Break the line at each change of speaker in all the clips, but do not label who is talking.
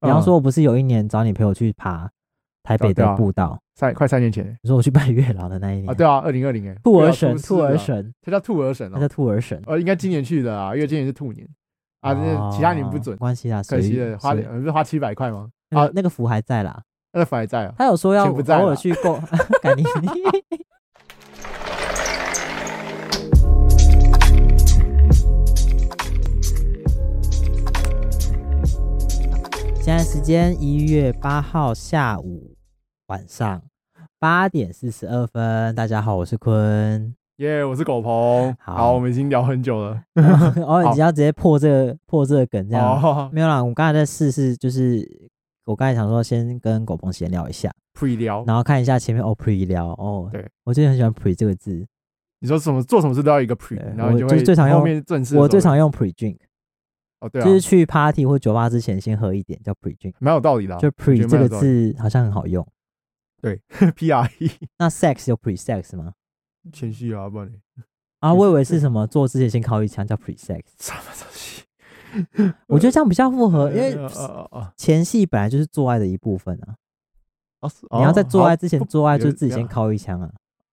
比方说，我不是有一年找你陪我去爬台北
对啊对
的
啊
步道，
三快三年前
你说我去拜月老的那一
啊，
年，
对啊，二零二零哎，
哎兔儿
对啊
神，
出事
兔儿
了，
神，
他叫兔儿神
他
哦
叫，兔儿神
呃，应该今年去的啊，因为今年是兔年啊，那其他年不
哦
准，
关系啊，
可
随
惜
缘
了，花
随
呃不是花七百块吗？
那个
啊
那个符还在啦，
那反而在啊，
他有说要
钱不在
偶尔
啦
去 购，赶紧。现在时间一月八号下午晚上八点四十二分，大家好，我是 坤。
耶，我是狗鹏，
好
好，我们已经聊很久了，
哦，你只要直接破这个破这个梗这样，
哦
没有啦，我刚才在试试，就是我刚才想说先跟狗鹏闲聊一下，
，pre 聊，
然后看一下前面哦 pre 聊哦，
对
我最近很喜欢 pre 这个字，
你说什么做什么事都要一个 pre，
对
然后你
我就
就
是
会
最常用
后面正式的
我
时
最
候
常用 pre drink，、
哦对啊
就，是去 party 或酒吧之前先喝一点叫 pre drink，、
蛮有道理的啊，
就 pre
蛮
这
有
个
道
字好像很好用。
P R E
那 sex 有 pre sex 吗？
前戏啊，不然嘞
啊，我以为是什么做之前先敲一枪叫 pre sex，
什么东西？
我觉得这样比较符合，因为
呃呃呃
前戏本来就是做爱的一部分啊，
哦是
你要在
哦
做
好
爱之前
不
做爱就
有
自己
这
先
样
敲一枪啊，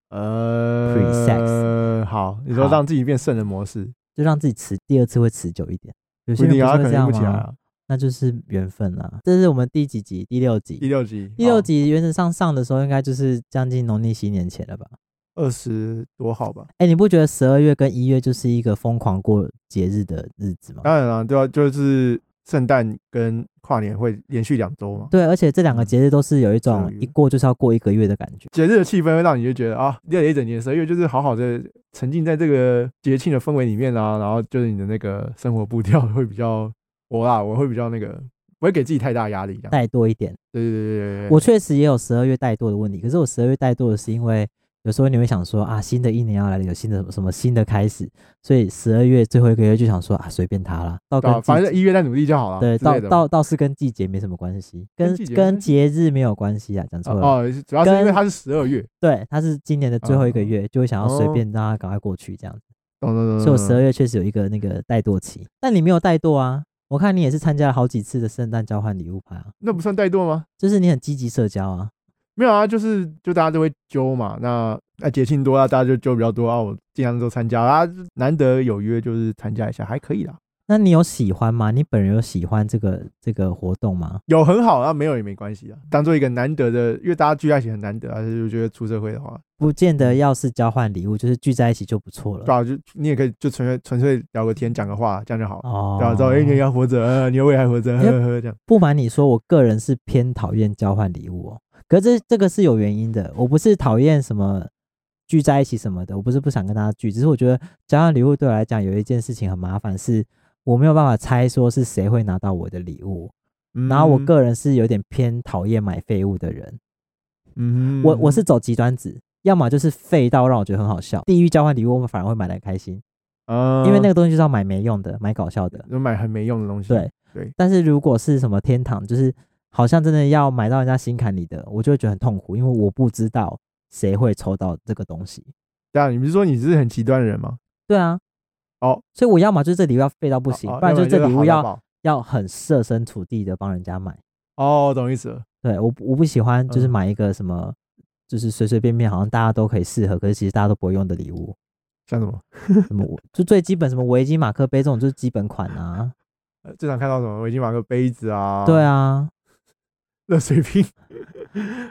呃
Pre-sex
好，你说
好
让自己变圣人模式，
就让自己持第二次会持久一点。有
不
些
一
人不
定啊，
是会这
可能
样
不起来
吗？
啊。
那就是缘分啦。这是我们第几集？第六
第
集。
六集，
第六集原则上上的时候，应该就是将近农历新年前了吧？
二十多号吧。
哎、你不觉得十二月跟一月就是一个疯狂过节日的日子吗？
当然了，对啊，就是圣诞跟跨年会连续两周嘛，
对，而且这两个
嗯
节日都是有一种
章鱼
一过就是要过一个月的感觉。
节日的气氛会让你就觉得啊，练了一整年十二月就是好好的沉浸在这个节庆的氛围里面啊，然后就是你的那个生活步调 会比较我啦，我会比较那个，不会给自己太大压力这样。
怠惰一点，
对对对对对对，
我确实也有十二月怠惰的问题。可是我十二月怠惰的是因为有时候你会想说啊，新的一年要来了，有新的什么什么新的开始，所以十二月最后一个月就想说啊，随便它啦，到
对
跟
啊，
季
反正一月再努力就好了。
对，
之类
倒
的嘛
倒倒是跟季节没什么关系，
跟
跟
季节没
跟
关系
节日没有关系啊，讲错了。
哦，主要是因为
跟
它是十二月，
对，它是今年的最后一个月，就会想要随
哦嗯
便让它赶快过去这样子。
懂懂懂。
所以我
懂
十二月确实有一个那个怠惰期，但你没有怠惰啊。我看你也是参加了好几次的圣诞交换礼物趴、啊，
那不算怠惰吗？
就是你很积极社交啊。
没有啊，就是就大家都会揪嘛，那那节庆多啊，大家就揪比较多啊，我尽量都参加啊，难得有约就是参加一下，还可以啦，
那你有喜欢吗？你本人有喜欢这个这个活动吗？
有很好啊，没有也没关系啊，当做一个难得的，因为大家聚在一起很难得啊，就觉得出社会的话，
不见
嗯
得要是交换礼物，就是聚在一起就不错
对
了。
吧、就你也可以就纯粹纯粹聊个天，讲个话，这样就好了。
哦
对吧、啊？知道哎，你要活着，呃，你的胃还活着，呵呵呵，这样。
不瞒你说，我个人是偏讨厌交换礼物哦。可是这这个是有原因的，我不是讨厌什么聚在一起什么的，我不是不想跟大家聚，只是我觉得交换礼物对我来讲有一件事情很麻烦，是我没有办法猜说是谁会拿到我的礼物。
嗯
然后我，个人是有点偏讨厌买废物的人，
嗯
我我是走极端子，要么就是废到让我觉得很好笑，地狱交换礼物我反而会买的开心，
啊，
因为那个东西就是要买没用的，买搞笑的。
就买很没用的东西，
对
对
但是如果是什么天堂，就是好像真的要买到人家心坎里的，我就会觉得很痛苦，因为我不知道谁会抽到这个东西。
这啊样你不是说你是很极端的人吗？
对啊，
哦，
所以我要么就是这礼物要废到不行，
哦
不然
要
就是这
好
礼
到
物要
爆
要很设身处地的帮人家买。
哦，懂意思了。
对我不我不喜欢就是
嗯
买一个什么。就是随随便便，好像大家都可以适合，可是其实大家都不会用的礼物，
像什么？
什么 我就最基本什么围巾、马克杯这种就是基本款啊。
呃最常看到什么？我已经买个杯子啊，
对，啊，
热水 瓶。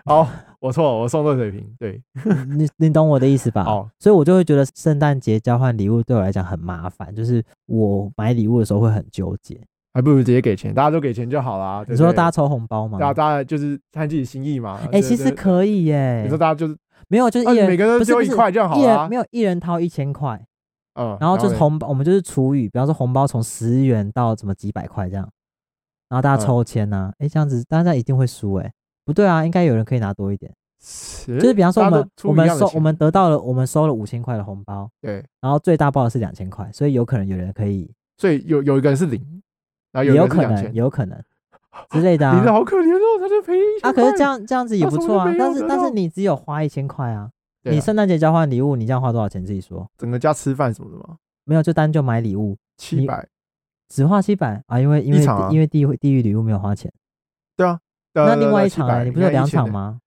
好，我错了，我送热水瓶。对，哦
你你懂我的意思吧？
好，
所以我就会觉得圣诞节交换礼物对我来讲很麻烦，就是我买礼物的时候会很纠结。
还不如直接给钱，大家都给钱就好啦。对
你
不
说
对啊
大家抽红包吗？
大家大家就是看自己心意嘛。
哎、
对
其实，可以
对
耶
你说，大家就是
没有就是
啊
一人、
每个人
不是
丢
不
一
是
块就好
一
啦
人没。有一人掏一千块，
嗯，
然后就是
嘞
红包，我们就是除以，比方说红包从十元到怎么几百块这样，然后大家
嗯
抽签呐、哎、这样子大家一定会输哎、不对啊，应该有人可以拿多一点，就是比方说我
大家
们
都出
我
一
们
样的
收
钱
我们得到了我们收了五千块的红包，
对，
然后最大包的是两千块，所以有可能有人可以
所以有有一个人是零，然
也
后
有
有一个
可
人是两
能，
千，
有可能之类 的
零的
啊。
好可怜哦，他就赔一
啊，
千
可是
块
这，样这样子也
他
不
什么
错
都
啊
没。
但
有
是
得
但是
到
你只有花一千块啊，
对啊
你圣诞节交换礼物，你这样花多少钱自己说？
整个家吃饭什么的嘛，
没有就单就买礼物，
七百
只花七百啊，因为因
一
为
场啊
因为地地狱礼物没有花钱，
对啊，对啊
那
对啊
另
对啊
外一
700
场呢？你不是
应
有
该
两
1000
场
呢？
吗？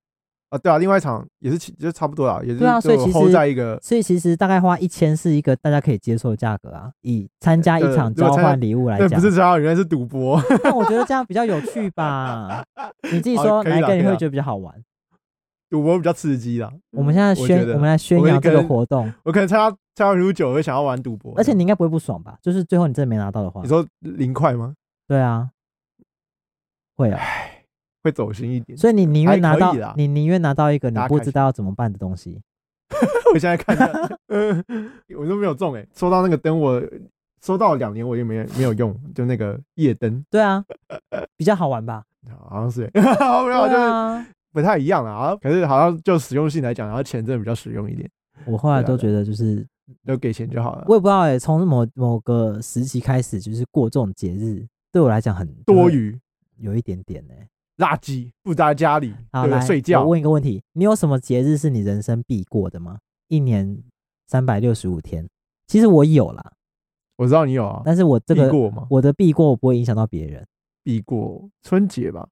啊，对啊，另外一场也是其就差不多啦，也是
对啊所以
就
其
hold
实
在一个
所以其实大概花一千是一个大家可以接受的价格啊，以参加一
呃
场
如果
交
参加
换礼物来
那
讲
不，是交换，原来是赌博。
但我觉得这样比较有趣 吧。你自己
好
说
哦可以
哪一个
啦可
你
以
会
啦
觉得比较好玩？
赌博比较刺激啦。
我们现在
我
宣
觉，得
我们来宣
我会
扬这个
跟
活动，
我可能参加参加如久，我会想要玩赌博。
而且
这样
你应该不会不爽吧？就是最后你真的没拿到的话
你，说零块吗？
对啊，会啊。
会走心一点。
所以你宁愿
还
拿
可
到
以啦，
你宁愿拿到一个你
大家
不
开
知
心
道要怎么办的东西。
我现在看一下，嗯， 我都没有中哎、欸。收到那个灯，我收到两年，我也没没有用，就那个夜灯，
对 啊，比较好玩吧？
好像是、欸， 没有，
对
就是
啊，
不太一样啦。啊可是好像就实用性来讲，然后钱真的比较实用一点，
我后来
对啊
都
对
觉得就是
就给钱就好了。
我也不知道哎、从某某个时期开始，就是过这种节日，对我来讲很
多，余
有一点点哎、
垃圾不搭家里，
好，
对不
来
对？睡觉
我问一个问题：你有什么节日是你人生必过的吗？一年三百六十五天，其实我有啦，
我知道你有啊，
但是我这
避
个
过吗？
我的必过，我不会影响到别人。
避过春节吧，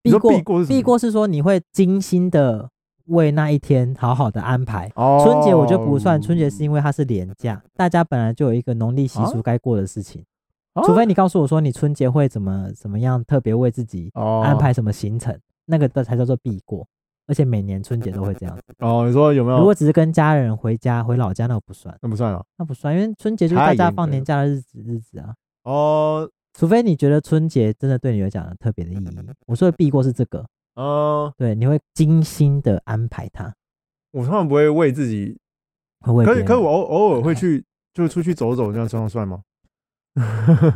必
你说
过
避过是什么
必过是说你会精心的为那一天好好的安排。
哦，
春节我就不算，春节是因为它是连假，大家本来就有一个农历习俗该过的事情，
啊
除非你告诉我说你春节会怎么怎么样，特别为自己
哦
安排什么行程，那个的才叫做必过，而且每年春节都会这样。
哦。你说有没
如
有
果？只是跟家人回家回老家，那个不算，
那不算啊。
那不算，因为春节就是
太
大家
严
放
格
年
了
假的日子日子啊。
哦，
除非你觉得春节真的对你来讲有特别的意义，我说的避过是这个，
嗯，
对，你会精心的安排它，
我通常不会为自己
会为
可
别
以，
人
可以我偶偶尔会去，就是出去走走，这样算算吗？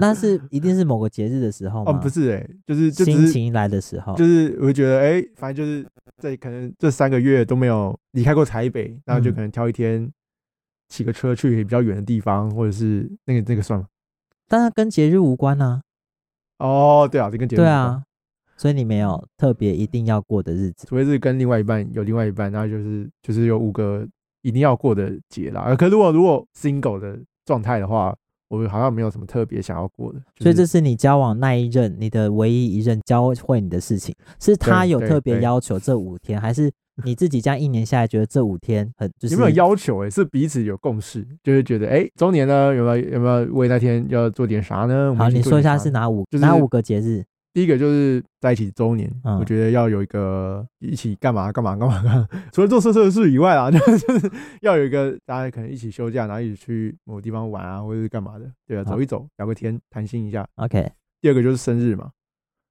那是一定是某个节日的时候
哦，
吗？
不是哎、就是就
心
只是
情哦来的时候，
就是，我会觉得哎、反正就是这可能这三个月都没有离开过台北，那就
嗯
可能挑一天骑个车去比较远的地方，或者是那个那个算吗？
但是跟节日无关啊，
哦，对啊，这跟节目
对
无关，嗯
啊，所以你没有特别一定要过的日子，
除非是跟另外一半有另外一半，那就是就是有五个一定要过的节啦。呃可如果如果 single 的状态的话，我好像没有什么特别想要过的，就
所以
是
这是你交往那一任，你的唯一一任教会你的事情，是他
对
有
对
特别
对
要求这五天，还是你自己这样一年下来觉得这五天很就是
有没有要求、欸？哎，是彼此有共识，就是觉得哎、欸周年呢，有没有有没有为那天要做点啥呢？我们
好？
起
你
做
说一
点
下
啥
是
呢
哪五、
就是
哪五个节日？
第一个就是在一起周年，
嗯
我觉得要有一个一起干嘛干嘛干嘛干嘛， 除了做色色的事以外啊， 就是就是要有一个大家可能一起休假，然后一起去某地方玩啊，或者是干嘛的，对啊，
好
走一走，聊个天，谈心一下。
OK
第二个就是生日嘛，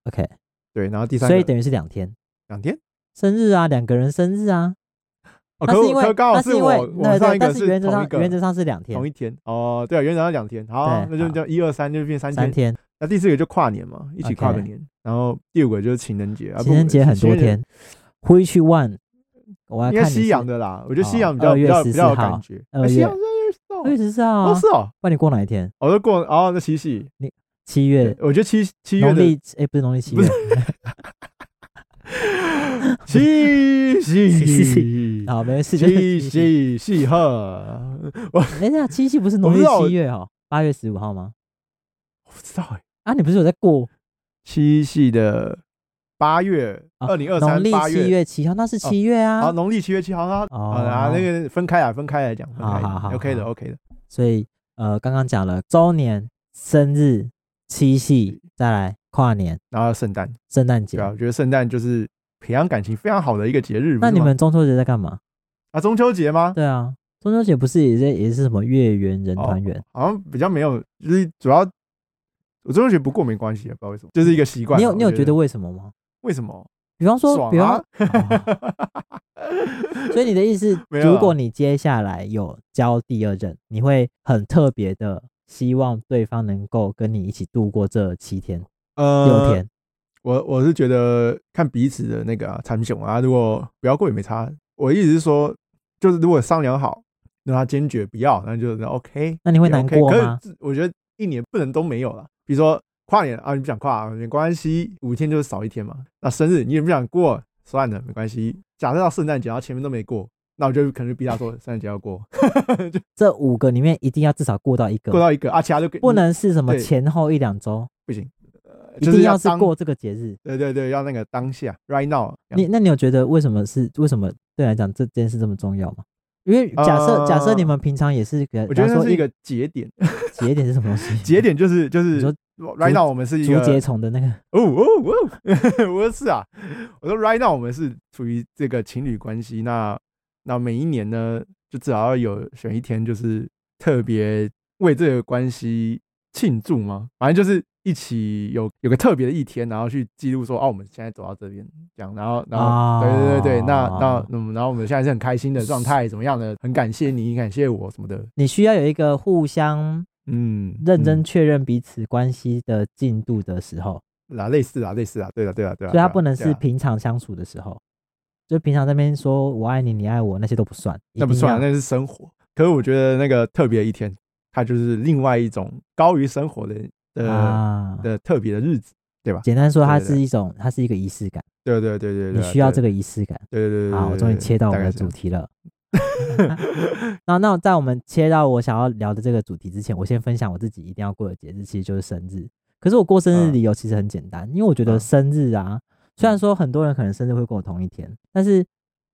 OK，
对，然后第三
所以
个
等于是两天
两天。
生日啊，两个人生日啊，那
哦，可
是
我
因为
可刚好
那
是
因
我
为
我
对
上
对，
一个
但是原则
同
上
一个
原则上是两天
同一天哦，对啊，原则上两天，好啊，
对
那就
好
叫一二三就变三
三
天，啊
天，
那第四个就跨年嘛，一起跨个
OK
年。然后第五个就是情人节，啊
情人节很多，
不
天，回去 one，我要
情人应该
啊看你
西
是
洋的啦。我觉得西洋比
哦
较
2
比
月
较比较
14
有
号
感觉。
2
啊西
月
洋二
二
月
月
十四
十四号
号，哦
啊
是，哦，
不然你过哪一天？
我都过哦，那七夕，
七月，
我觉得七七月
农
的
历哎不是农历七
不
月
是，七
七啊
夕，
好没事，就是
七
夕。
夕夕贺，
哎呀，七夕不是农
不
历
知道
七月哦，八月十五号吗？
我不知道哎，
啊，你不是有在过
七夕的八月
啊
二零二
农
三
历
八
七
月。哦
月七号？那是七月
好，
啊，
农历七月七号啊，
哦
啊，那个分开啊，分开来讲，分
好
开
好好
，OK 的
好
，OK 的，
所以呃，刚刚讲了周年、生日、七夕，再来跨年、
然后圣诞，
圣诞节
对。啊，我觉得圣诞就是培养感情非常好的一个节日。
那
不是
你
吗
们中秋节在干嘛？
啊，中秋节吗？
对啊，中秋节不是也在也是什么月圆人
哦
团圆？
好像比较没有，就是主要我中秋节不过没关系，不知道为什么，就是一个习惯啊。
你有你有
我
觉
觉
得为什么吗？
为什么
比方说，
爽
比方
啊？ ，
哦所以你的意思
没有
如果
啦
你接下来有交第二任，你会很特别的希望对方能够跟你一起度过这七天、六
呃，
天。
我我是觉得看彼此的那个啊，长熊啊，如果不要过也没差。我意思是说，就是如果商量好，那他坚决不要，那就那 OK。
那你会
也
难
OK，
过
可
吗？
是我觉得一年不能都没有了，比如说跨年啊，你不想跨没关系，五天就是少一天嘛。那生日你也不想过，算了，没关系。假设到圣诞节，然后前面都没过，那我就可能就逼他说圣诞节要过，
这五个里面一定要至少过到一个，
过到一个啊，其他就给
不能是什么
对
前后一两周。
不行。
一
就是
定要是
当
过这个节日。
对对对，要那个当下，right now 这样。
你那你有觉得为什么是为什么对你来讲这件事这么重要吗？因为假设、假设
呃
你们平常也是，
我觉得
说
那是一个节点，
节点是什么东西？
节点就是就
你
是
说
right now 我们是一
竹
个
节虫的那个
哦哦哦， 我说是啊，我说 right now 我们是处于这个情侣关系，那那每一年呢，就至少要有选一天，就是特别为这个关系庆祝嘛，反正就是一起有有个特别的一天，然后去记录说哦，我们现在走到这边这样，然后然后、
啊
对对对对，那那嗯，然后我们现在是很开心的状态，怎么样呢？很感谢你，感谢我什么的，
你需要有一个互相
嗯，
认真
嗯
确认彼此关系的进度的时候，
嗯啦，类似啦，类似啦，对啦对啦对啦，啊
所以它
对啦
不能
对
是
啦
平常相处的时候，就平常那边说我爱你，你爱我那些都不算，
那不
一定
算，啊
要
那是生活。可是我觉得那个特别一天，它就是另外一种高于生活的的、
啊。
的特别的日子。
简单说，它
对对
是一种，它是一个仪式感，
对对对对对，
你需要这
个。
个仪式感。
对对对对，
好，我终于切到我们的主
主。
题了。 那那在我们切到我想要聊的这个主题之前，我先分享我自己一定要过的节日，其实就是生日。可是我过生日
嗯
理由其实很简单，因为我觉得
嗯
生日啊，虽然说很多人可能生日会跟我同一天，但是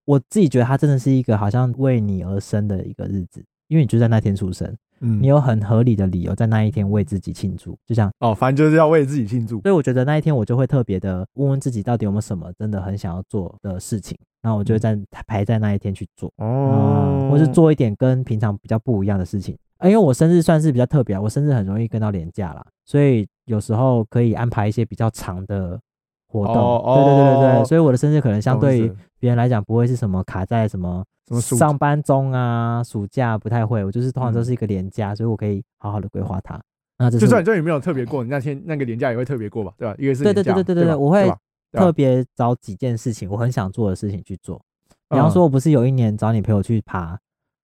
我自己觉得它真的是一个好像为你而生的一个日子，因为你就在那天出生，
嗯，
你有很合理的理由在那一天为自己庆祝，就像
哦，反正就是要为自己庆祝。
所以我觉得那一天我就会特别的问问自己，到底有没有什么真的很想要做的事情，然后我就会在
嗯
排在那一天去做，
哦
嗯，或是做一点跟平常比较不一样的事情。啊因为我生日算是比较特别啊，我生日很容易跟到廉假啦，所以有时候可以安排一些比较长的活动。
哦
对对对对对，
哦
所以我的生日可能相
懂
对
意
于
思
别人来讲不会是什么卡在什么
什么暑嗯
上班中啊、暑假不太会，我就是通常都是一个廉假，所以我可以好好的规划它。那这
就是
我
算就你没有特别过，你那天那个年假也会特别过吧，对吧？一个是
对对
年假
对对对
对吧
对我会
对吧对啊
特别找几件事情我很想做的事情去做。比方
嗯
说，我不是有一年找你陪我去爬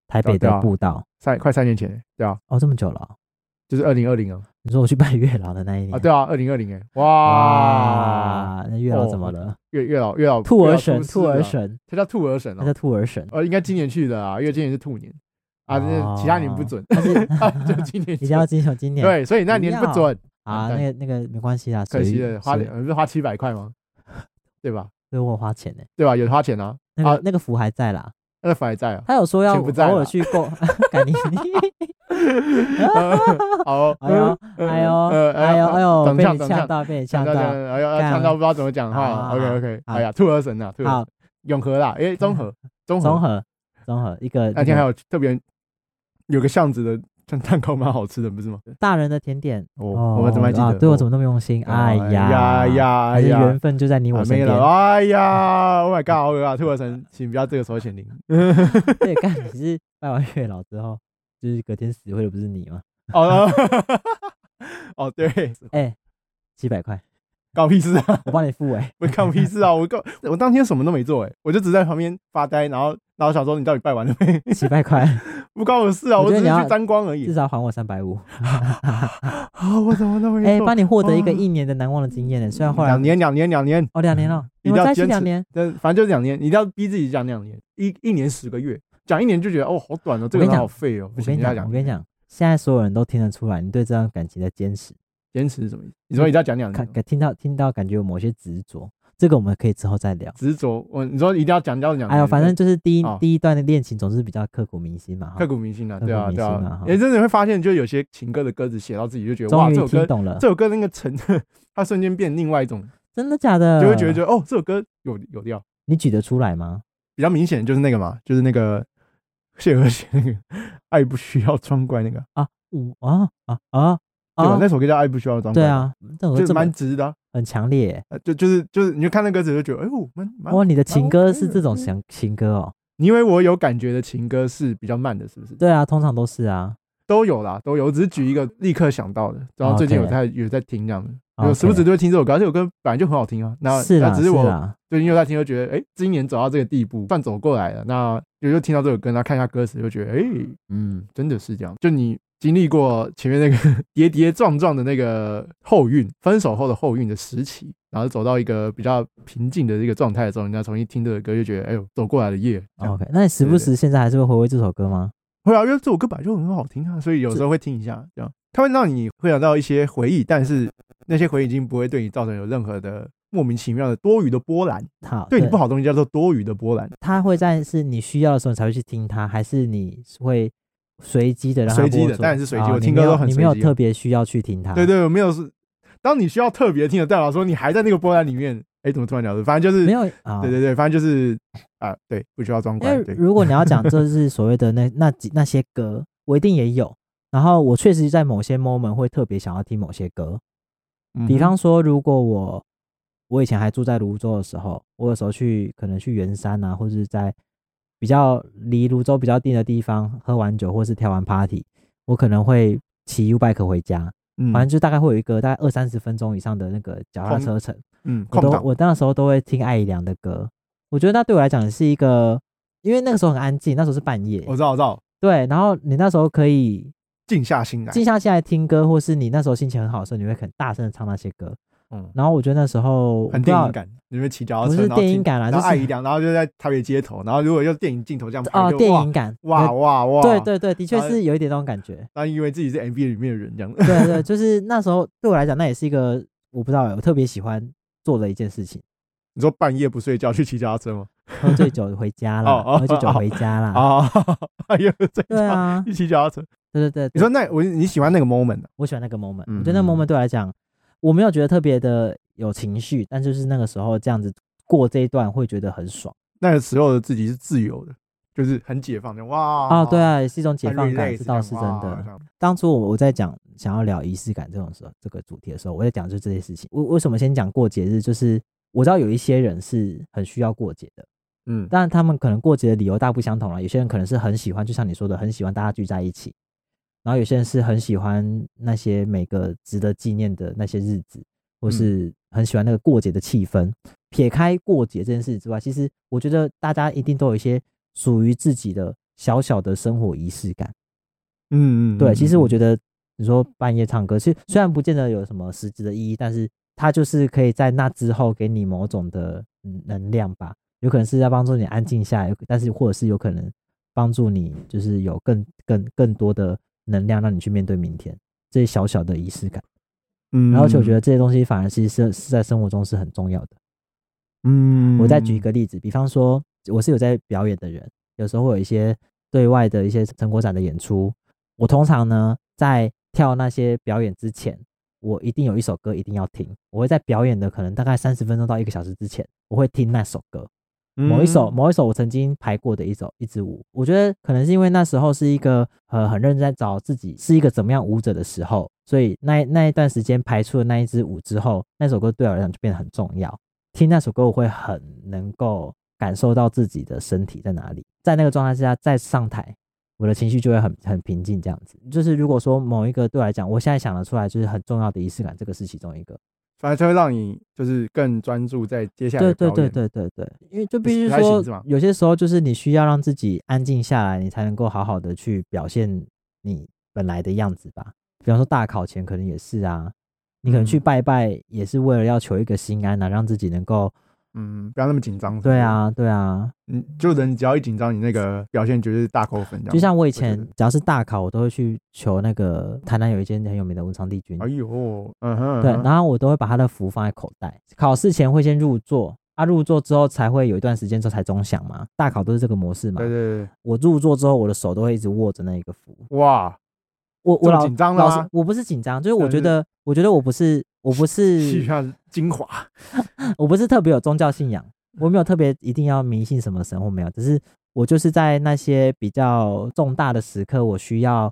台
对啊
北
对
的
啊
步道
三快三年前，对啊，
哦，这么久了哦、
就是二零二零啊，
你说我去拜月老的那一年
啊，对啊，二零二零哎，哇，
哇，那月老怎
哦
么了？
月月老月老
兔
月
儿
老出
神，
世
兔儿
了，
神，
他叫兔儿神
那
哦
叫，兔儿神，
呃，应该今年去的啊，因为今年是兔年啊，那其他年不准， 啊
但是
就今年
哦一定要
准
金球今年
对，所以那年
不
不
要
准，
啊，那个那个没关系啦，
可
随
惜
遇
了，花
随
了不是花七百块吗？对吧？
所以我有花钱呢、
对吧？有花钱啊，
那个、
啊
那个符还在啦，
那反而在 啊。
他有说要
钱不在
偶尔
啦
去购， 赶紧，
呃好，
哎呦哎呦
呃
哎呦哎呦，
等
被
呛
你
等
呛
呛，
到，被你
呛
呛到，
哎呦，
干啊
呛到不知道怎么讲
好好
话。
好
OK OK，
好
哎呀，兔儿神啊，兔儿
好嗯
神，永和啦，哎，综合，综
综
合，
合综合一个
那天
那个
还有特别有个巷子的蛋蛋糕蛮好吃的，不是吗？
大人的甜点，
我哦我们怎么还记
啊
得？哦
对我怎么那么用心？哎呀
呀呀
还是
呀！
缘分就在你我
啊，
身
没
边。
了，哎呀，Oh my god，好可怕！兔儿神，请不要这个时候显灵。
对，干你是拜完月老之后，就是隔天死会的不是你吗？
哦，哦 哦，对，
哎，七百块，
关我屁事啊！
我帮你付哎。
我关我屁事啊！我告我当天什么都没做，哎，我就只在旁边发呆，然后然后想说你到底拜完了没？
七百块，
不关我的事啊，
我
我
觉得
只是
你要
去沾光而已
至。少还我三百五。
啊，我怎么都没
哎，
做？
帮你获得一个
哇
一年的难忘的经验呢。虽然后来
两年，两年，两年，
哦，两年了，你
一定
们
要
在一起
坚持
两年。
但反正就是两年，你一定要逼自己讲两年，一一年十个月，讲一年就觉得哦，好短哦，这
我
个
跟你
人
讲
好废哦，不
我跟
行，
你
一定要
讲，我跟你讲，现在所有人都听得出来，你对这段感情的坚持。
坚持是什么意思？你说一定要讲两
看
年，，哦
听到听到，感觉有某些执着。这个我们可以之后再聊。
执着，我你说一定要讲到两年，
哎呦，反正就是第一、
哦
第一段的恋情总是比较刻骨铭心嘛。哈
刻骨铭心啊，
刻
对啊，
骨铭
对
心啊
啊
哈，
也真的会发现，就有些情歌的歌词写到自己就觉得哇，
终
这
于
首
听
歌
懂了
这，首歌那个层， 它瞬间变另外一种，
真的假的？
就会觉得觉得哦，这首歌有有料，
你举得出来吗？
比较明显的就是那个嘛，就是那个 谢和弦那个爱不需要装乖那个，
啊，我啊啊啊
对吧？
啊！
那首歌叫爱不需要装乖，
对，啊，这首歌
就
这么
蛮直的啊，
很强烈耶。
呃就就是就是，你就看那歌词就觉得哎呦，蛮蛮
哇，，你的情歌
OK
是
的
这种
嗯
情情歌哦？
你以为我有感觉的情歌是比较慢的，是不是？
对啊，通常都是啊。
都有啦，都有。我只是举一个立刻想到的，然后最近有
哦 OK
在有在听这样的，
OK
有时不时都会听这首歌，而且我歌本来就很好听啊。那
是
那
啦，
只是
是
我
啦。
最近又在听，就觉得哎，诶今年走到这个地步，算走过来了。那就又听到这首歌，然后看一下歌词，就觉得哎，诶嗯，真的是这样。就你经历过前面那个 跌跌撞撞的那个后运，分手后的后运的时期，然后走到一个比较平静的一个状态的时候，你再重新听这首歌，就觉得哎呦，走过来的夜。这样
OK，那你时不
对对
时现在还是会回味这首歌吗？
会啊，因为这首歌本来就很好听啊，所以有时候会听一下，这样它会让你会想到一些回忆，但是那些回忆已经不会对你造成有任何的莫名其妙的多余的波澜，
好，
对你不好的东西叫做多余的波澜，
它会在是你需要的时候你才会去听它，还是你会随机的让它
随机
播
的
出
当然是随机
哦
我
你
听
没
歌都
有
很
你
随
没有
机啊
特别需要去听它。
对对，没有是，当你需要特别听的代表说你还在那个波澜里面，哎，怎么突然聊的？反正就是
没有啊，
对对对，反正就是啊，对，不需要装乖
因，为
对，
如果你要讲 就是所谓的那那几那些歌，我一定也有。然后我确实在某些 moment 会特别想要听某些歌，
嗯
比
哼
方说，如果我我以前还住在泸州的时候，我有时候去可能去圆山啊，或是在比较离泸州比较近的地方喝完酒，或是跳完 party，我可能会骑 U bike 回家，
嗯
反正就大概会有一个大概二三十分钟以上的那个脚踏
空
车程。
嗯，
我
空
都
档
我那时候都会听艾怡良的歌，我觉得那对我来讲是一个，因为那个时候很安静，那时候是半夜，
我知道我知道，
对，然后你那时候可以
静下心来，
静下心来听歌，或是你那时候心情很好的时候，你会很大声的唱那些歌，
嗯，
然后我觉得那时候
很
不知
电
道
影感，你们骑脚踏
不
车，
是
然后
电
听
影感啦，就
然后爱
是
一辆，然后就在台北街头，然后如果用电影镜头这样拍，
哦
就
电
哇
影感，
哇
对
哇哇，
对，对对，的确
然后
是有一点那种感 觉，
那因为自己是 MV 里面的人这样，
对对，就是那时候对我来讲，那也是一个我不知道欸，我特别喜欢做的一件事情，
你说半夜不睡觉去骑脚踏 车吗？
喝 醉酒回家啦，
哦哦
喝醉酒
哦
回家啦，
啊， 半夜不睡
对
觉
啊，
去骑脚踏车，
对对对，
你说那我你喜欢那个 moment 啊
我喜欢那个 moment，、
嗯
我觉得那个 moment 对我来讲，我没有觉得特别的有情绪，但就是那个时候这样子过这一段会觉得很爽
那个时候的自己是自由的，就是很解放的，哇
啊、对，啊，也是一种解
哦很
放
relax
感，这
这
倒
样
是真
哇这
的。
样
当初我我在讲想要聊仪式感这种时候这个主题的时候，我在讲就这些事情。我为什么先讲过节日？就是我知道有一些人是很需要过节的，
嗯，
但他们可能过节的理由大不相同了。有些人可能是很喜欢，就像你说的，很喜欢大家聚在一起；然后有些人是很喜欢那些每个值得纪念的那些日子，或是很喜欢那个过节的气氛。撇开过节这件事之外，其实我觉得大家一定都有一些属于自己的小小的生活仪式感。
嗯嗯，
对，其实我觉
得
得你说半夜唱歌，其实虽然不见得有什么实质的意义，但是它就是可以在那之后给你某种的嗯能量吧。有可能是在帮助你安静下来，但是或者是有可能帮助你就是有更更更多的能量让你去面对明天这些小小的仪式感。
嗯，
然后而且我觉得这些东西反而其实是是在生活中是很重要的。
嗯，
我再举一个例子，比方说我是有在表演的人，有时候会有一些对外的一些成果展的演出，我通常呢在跳那些表演之前，我一定有一首歌一定要听，我会在表演的可能大概三十分钟到一个小时之前，我会听那首歌，
嗯
某一首某一首我曾经排过的一首一支舞，我觉得可能是因为那时候是一个呃很认真在找自己是一个怎么样舞者的时候，所以那那一段时间排出了那一支舞之后，那首歌对我来讲就变得很重要。听那首歌，我会很能够感受到自己的身体在哪里，在那个状态之下再上台，我的情绪就会很很平静。这样子，就是如果说某一个对我来讲，我现在想得出来就是很重要的仪式感，这个是其中一个。
反正就会让你就是更专注在接下来
对
的
对
表
对
演
对对对，因为就必须
不太行是
说
吗，
有些时候就是你需要让自己安静下来，你才能够好好的去表现你本来的样子吧。比方说大考前可能也是啊，你可能去
嗯
拜拜也是为了要求一个心安啊，让自己能够
嗯，不要那么紧张。
对，啊对啊，
嗯，就人只要一紧张，你那个表现绝对是大扣分。这样
就像我以
觉得
前只要是大考，我都会去求那个台南有一间很有名的文昌帝君，
哎呦，嗯哼，
对，
嗯哼
然后我都会把他的符放在口袋。考试前会先入座，啊，入座之后才会有一段时间之后才钟响嘛。大考都是这个模式嘛
对。对对，
我入座之后，我的手都会一直握着那一个符。
哇，
我
这
我
么
老
紧张了
老
吗
师，我不是紧张，就是
那
我觉
是
得，我觉得我不是，我 不
吸取
是，
下精华。
我不是特别有宗教信 仰，我没有特别一定要迷信什么神或没有，只是我就是在那些比较重大的时刻，我需要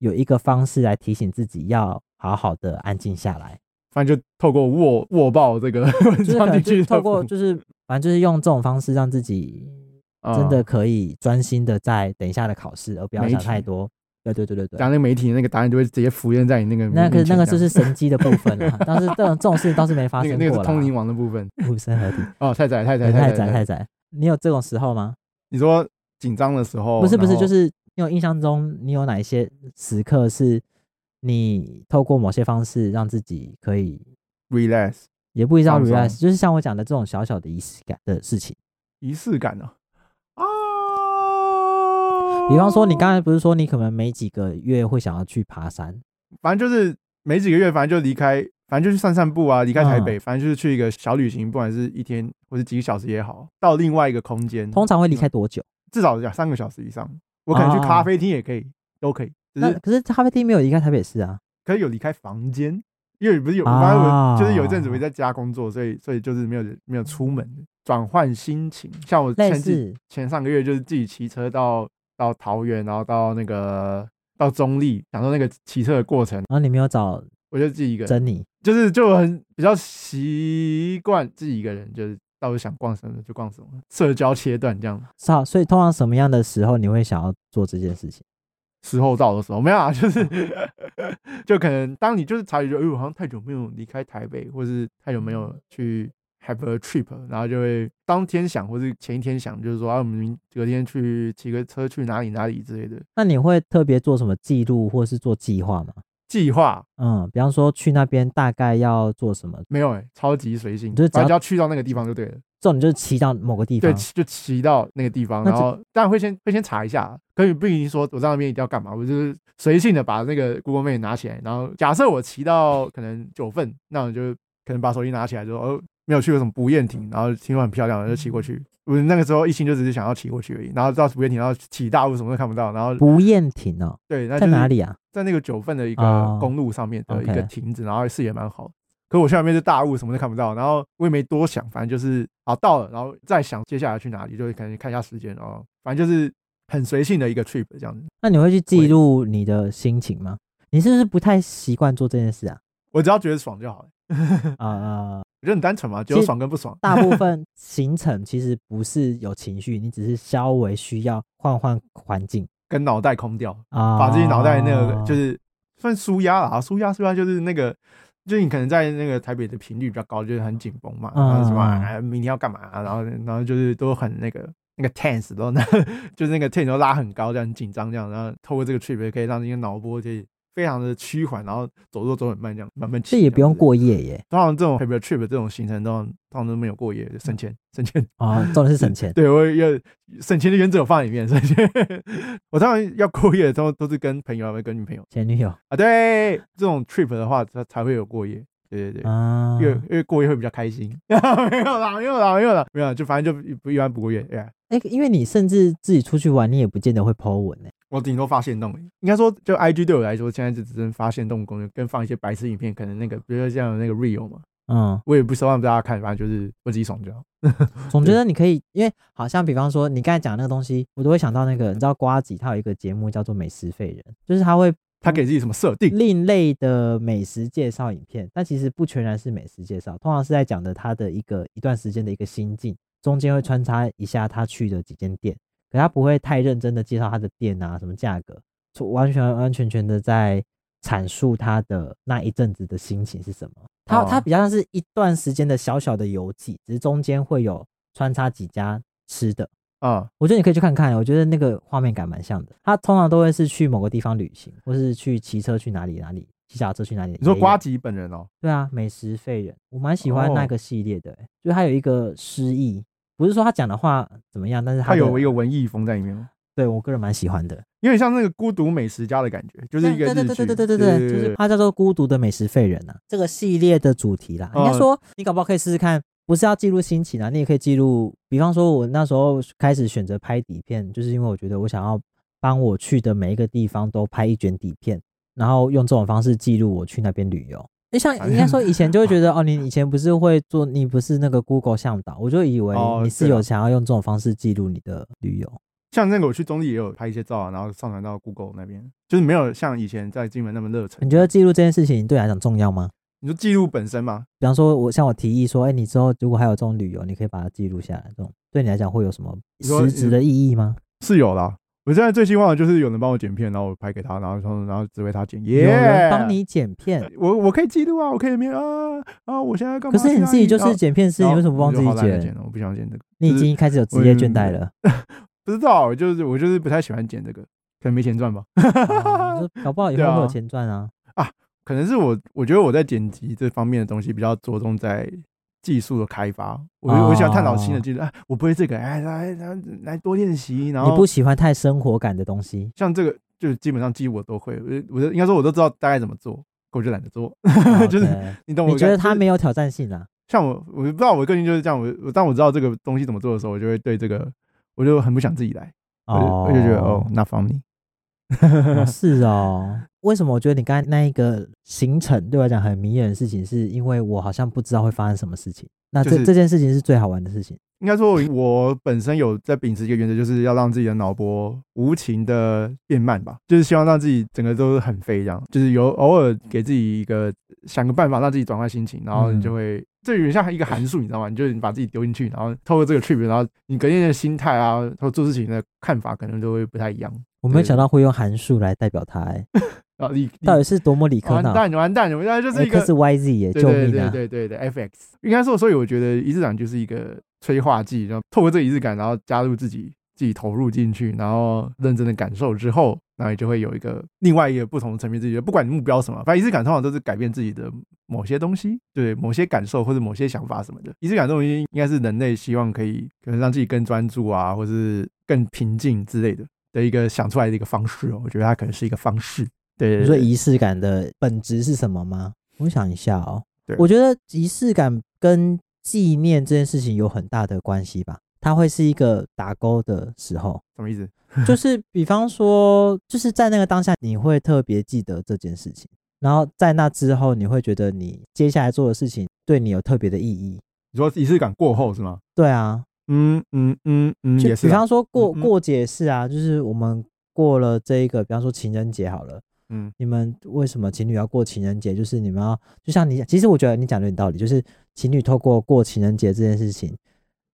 有一个方式来提醒自己要好好的安静下 来。
反正就透过握握爆 这个文
就是可
章
能
进
就是
去，
透过就是反正就是用这种方式让自己
啊
真的可以专心的在等一下的考试，而不要
嗯媒
想
体
太多。对对对对对。
讲那个媒体的那个答案就会直接浮现在你那个
那可
面
是那
前
个
这
就是
样
神机的部分了，但是这种这种事倒是没发
那
生
个
过
那个是通灵
啦。
王的 部分
无声 合体，
哦，太窄太窄
对太
窄
窄太。窄。你有这种时候吗？
你说紧张的时候，
不是不
哦
是，
然后
就是你有印象中你有哪一些时刻是你透过某些方式让自己可以，
relax
也不一定要
放松
relax，就是像我讲的这种小小的仪式感的事情。
仪式感啊呢啊。
比方说，你刚才不是说
嗯
你可能每几个月会想要去爬山？
反正就是每几个月，反正就离开反正就去散散步啊，离开台北，
嗯
反正就是去一个小旅行，不管是一天或是几个小时也好，到另外一个空间，
通常会离开多久？
至少要三个小时以上。我可能去
啊
咖啡厅也可以，都可以，只
那
是
可是咖啡厅没有离开台北市啊。
可以有离开房间，因为不是有，
啊
反正我就是有一阵子我在家工作，所以所以就是没有没有出门，转换心情。像我
类
前几
似
前上个月就是自己骑车到到桃园，然后到那个到中立，享受那个骑车的过程，
然后你没有找
我就自己一个人，
珍妮，
就是就很比较习惯自己一个人，就是到处想逛什么就逛什么，社交切断这样。
是啊，所以通常什么样的时候你会想要做这件事情？
时候到的时候，没有啊，就是 就可能当你就是察觉，就哎呦，我好像太久没有离开台北，或是太久没有
嗯
去 have a trip，然后就会当天想，或是前一天想，就是说啊，我们明隔天去骑个车去哪里哪里之类的
那你会特别做什么记录或是做计划吗？
计划，
嗯，比方说去那边大概要做什么，
没有哎、超级随性，
就是只要
反正只要去到那个地方就对了，
重点就是骑到某个地
对，
方。
骑就骑到那个地方，
那
然
这
后当然会先会先查一下，啊可以不一定说我在那边一定要干嘛，我就是随性的把那个 Google Map 拿起来，然后假设我骑到可能九份，那我就可能把手机拿起来说哦没有去过什么不夜亭，然后听说很漂亮，然后就骑过
嗯
去。我那个时候一心就只是想要骑过去而已，然后到不夜亭，然后起大雾什么都看不到，然后
不厌亭哦，
对，那
在
就是
哪里啊？
在那个九份的一
哦
个公路上面的一个
OK
亭子，然后视野蛮好。可我去那边是大雾，什么都看不到，然后我也没多想，反正就是好到了，然后再想接下来去哪里，就可能看一下时间，然后反正就是很随性的一个 trip 这样子。
那你会去记录你的心情吗？你是不是不太习惯做这件事 啊？
我只要觉得爽就好了，
啊、呃，
我觉得很单纯嘛，只
其
有
实
爽跟不爽。
大部分行程其实不是有情绪，你只是稍微需要换换环境
跟脑袋空掉，
啊，
把自己脑袋那个就是算舒压啦，舒压舒压就是那个，就是你可能在那个台北的频率比较高，就是很紧绷嘛，
嗯
然后什么、
嗯
啊、明天要干嘛、然后然后就是都很那个那个 tense 都那就是那个 tense 都拉很高，这样很紧张这样，然后透过这个 trip 可以让这些脑波可以非常的趋缓，然后走路走很慢这样，慢慢骑
这也不用
样子。
过夜 耶
通常这种 trip trip 这种行程都通常都没有过夜，就省
嗯
钱省钱。
啊，重点是省钱。
对，我有省钱的原则有放在里面，省钱。 我当然要过夜，都都是跟朋友，跟女朋友。
前女友
啊，对，这种 trip 的话，才才会有过夜。对对对，
啊
因，为因为过夜会比较开心。没有啦，没有啦，没有啦，没有啦，就反正就不一般不过夜。哎、
哎、因为你甚至自己出去玩，你也不见得会 Po 文欸呢、
我顶多发现动而已，应该说就 IG 对我来说，现在就只能发现动功能，跟放一些白痴影片，可能那个比如说像那个 real 嘛，
嗯，
我也不奢望大家看，反正就是我自己爽就好。
总觉
对
得你可以，因为好像比方说你刚才讲那个东西，我都会想到那个，你知道瓜子他有一个节目叫做《美食废人》，就是他会
他给自己什么设定？
另类的美食介绍影片，但其实不全然是美食介绍，通常是在讲的他的一个一段时间的一个心境，中间会穿插一下他去的几间店，可他不会太认真的介绍他的店啊，什么价格，就完全完完全全的在阐述他的那一阵子的心情是什么。他他
哦
比较像是一段时间的小小的游记，只是中间会有穿插几家吃的。
啊、
我觉得你可以去看看，我觉得那个画面感蛮像的。他通常都会是去某个地方旅行，或是去骑车去哪里哪里，骑脚踏车去哪里。
你说
也有
瓜吉本人哦，
对啊，美食废人，我蛮喜欢那
哦
个系列的欸、就是他有一个诗意，不是说他讲的话怎么样，但是
他
的
有一个文艺风在里面吗？
对我个人蛮喜欢的，
有点像那个孤独美食家的感觉，就是一个
对对
日
对
剧，
对对对对对，就是它叫做《孤独的美食废人》啊，这个系列的主题啦，应该
嗯
说你搞不好可以试试看，不是要记录心情啊，你也可以记录，比方说我那时候开始选择拍底片，就是因为我觉得我想要帮我去的每一个地方都拍一卷底片，然后用这种方式记录我去那边旅游。就哎 像
啊
应该说以前就会觉得哦，你以前不是会做，你不是那个 Google 向导，我就以为
哦
你是
对啊
有想要用这种方式记录你的旅游。
像那个我去中立也有拍一些照啊，然后上传到 Google 那边，就是没有像以前在金门那么热忱
你。觉得记录这件事情对你来讲重要吗？
你说记录本身吗？
比方说，我像我提议说，哎、你之后如果还有这种旅游，你可以把它记录下来，这种对你来讲会有什么
你说
实质的意义吗？
是有啦。我现在最希望的就是有人帮我剪片，然后我拍给他，然后然后然后指挥他剪。耶、
有人帮，你剪片，
我我可以记录啊，我可以没有啊啊！我现在要干
可
嘛？
是你自己就是剪片师，
啊然
你
后
为什么不帮自
我就
己
好懒得
剪？
了我不想剪这个，
你已
就是
经开始有职
我
业
就
倦怠了，
不知道，就是我就是不太喜欢剪这个，可能没钱赚吧。
啊你说搞不好以后
对啊
会有钱赚啊。
可能是我，我觉得我在剪辑这方面的东西比较着重在技术的开发。我、我喜欢探讨新
哦
的技术，哎，我不会这个，哎，来来来多练习。然
你
后
不喜欢太生活感的东西，
像这个，就是基本上技术我都会，我我就应该说我都知道大概怎么做。我就懒得做，
哦
就是
OK
你懂我
你
的
觉
感？
得他
就是
没有挑战性啊？
像我，我不知道我个性就是这样，我我当我知道这个东西怎么做的时候，我就会对这个，我就很不想自己来，我就我就觉得哦，那方你，
哦是哦。为什么我觉得你刚才那一个行程对我来讲很迷人的事情，是因为我好像不知道会发生什么事情。那这、
就是
这件事情是最好玩的事情。
应该说我，我本身有在秉持一个原则，就是要让自己的脑波无情的变慢吧，就是希望让自己整个都很飞，这样就是有偶尔给自己一个想个办法，让自己转换心情，然后你就
嗯
会。这有点像一个函数，你知道吗？你就是你把自己丢进去，然后透过这个 trip，然后你隔天的心态啊，或做事情的看法，可能都会不太一样。
我没有
对
想到会用函数来代表它、欸，
啊，你你
到底是多么理科
完
脑？
蛋，完蛋，我现在就是
欸
一个
可是 YZ 耶、
对
救
对
命
对
啊！
对对对，FX 应该说，所以我觉得仪式感就是一个催化剂，然后透过这个仪式感，然后加入自己自己投入进去，然后认真的感受之后，然后你就会有一个另外一个不同的层面自己的，不管你目标什么，反正仪式感通常都是改变自己的某些东西，对某些感受或者某些想法什么的。仪式感这种东西应该是人类希望可以可能让自己更专注啊，或是更平静之类的的一个想出来的一个方式哦，我觉得它可能是一个方式。对，
你
对
说
对
仪式感的本质是什么吗？我想一下哦
对，
我觉得仪式感跟纪念这件事情有很大的关系吧。它会是一个打勾的时 候，
什么意思？
就是比方说，就是在那个当下，你会特别记得这件事情，然后在那之后，你会觉得你接下来做的事情对你有特别的意义。
你说仪式感过后是吗？
对啊，
嗯嗯嗯嗯，
就
也是
比
啊，
方说过
嗯嗯
过节是啊，就是我们过了这一个，比方说情人节好了。
嗯，
你们为什么情侣要过情人节？就是你们要，就像你，其实我觉得你讲的有点道理，就是情侣透过过情人节这件事情，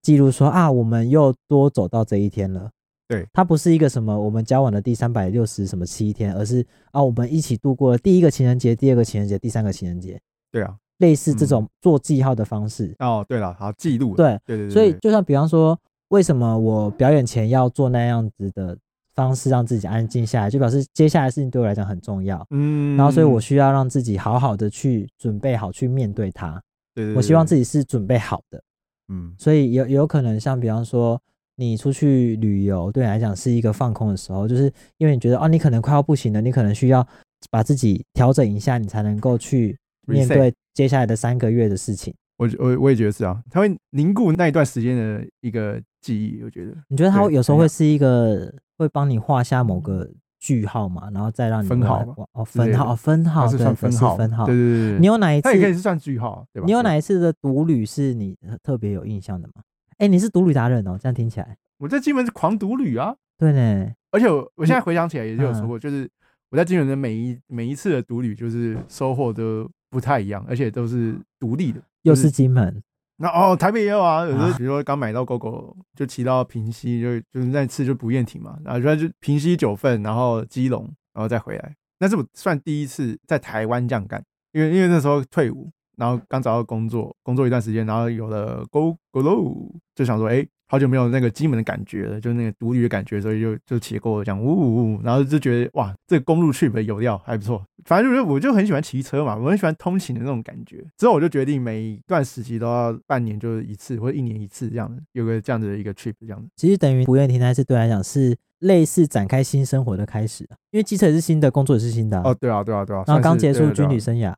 记录说啊，我们又多走到这一天了。
对，
它不是一个什么我们交往的第三百六十什么七天，而是啊，我们一起度过了第一个情人节、第二个情人节、第三个情人节，
对啊，
类似这种做记号的方式。
哦，对了，好记录，
对，
对对对，
所以
对
就像比方说，为什么我表演前要做那样子的方式让自己安静下来，就表示接下来的事情对我来讲很重要。
嗯，
然后所以我需要让自己好好的去准备好去面对它。
对对，
我希望自
己，
己是准备好的，
嗯，
所以有有可能像比方说你出去旅游，对你来讲是一个放空的时候，就是因为你觉得哦，你可能快要不行了，你可能需要把自己调整一下，你才能够去面
reset
对接下来的三个月的事情。
我我我也觉得是啊，它会凝固那一段时间的一个记忆，我觉得
你觉得它
对哎
会有时候
同
会
样
是一个会帮你画下某个句号嘛，然后再让你
分号
往
吧
往哦
之类
分
的
号哦分
它
号
是
对
算
对
分
是
号，
分号
对。对对，
你
对
有哪一次
它也可以是算句号，对吧？
你有哪
对？
一次的独旅是你特别有印象的吗？哎、你是独旅达人哦，这样听起来。
我在金门是狂读旅啊，
对呢，
而且我我现在回想起来也是有
嗯
说过，就是我在金门的每一每一次的独旅，就是收获都不太一样，而且都是独立的，
又
就是
是金门，
那哦，台北也有啊，有时候
啊
比如说刚买到狗狗，就骑到平西，就就是那次就不厌停嘛，然后就就平西九份，然后基隆，然后再回来。那是我算第一次在台湾这样干，因为因为那时候退伍，然后刚找到工作，工作一段时间，然后有了 Go Go Lo，就想说，哎、好久没有那个金门的感觉了，就那个独旅的感觉，所以就就骑过这样，呜呜，呜，然后就觉得哇，这个公路 trip 有料，还不错。反正就是我就很喜欢骑车嘛，我很喜欢通勤的那种感觉。之后我就决定每一段时期都要半年就是一次，或者一年一次这样的，有个这样的一个 trip 这样子。
其实等于不愿听那次对我来讲是类似展开新生活的开始啊，因为机车也是新的，工作也是新的啊、
哦，对啊，对啊，对
然
啊。
后
算是
刚结
对
束
啊对
军
啊
旅生涯，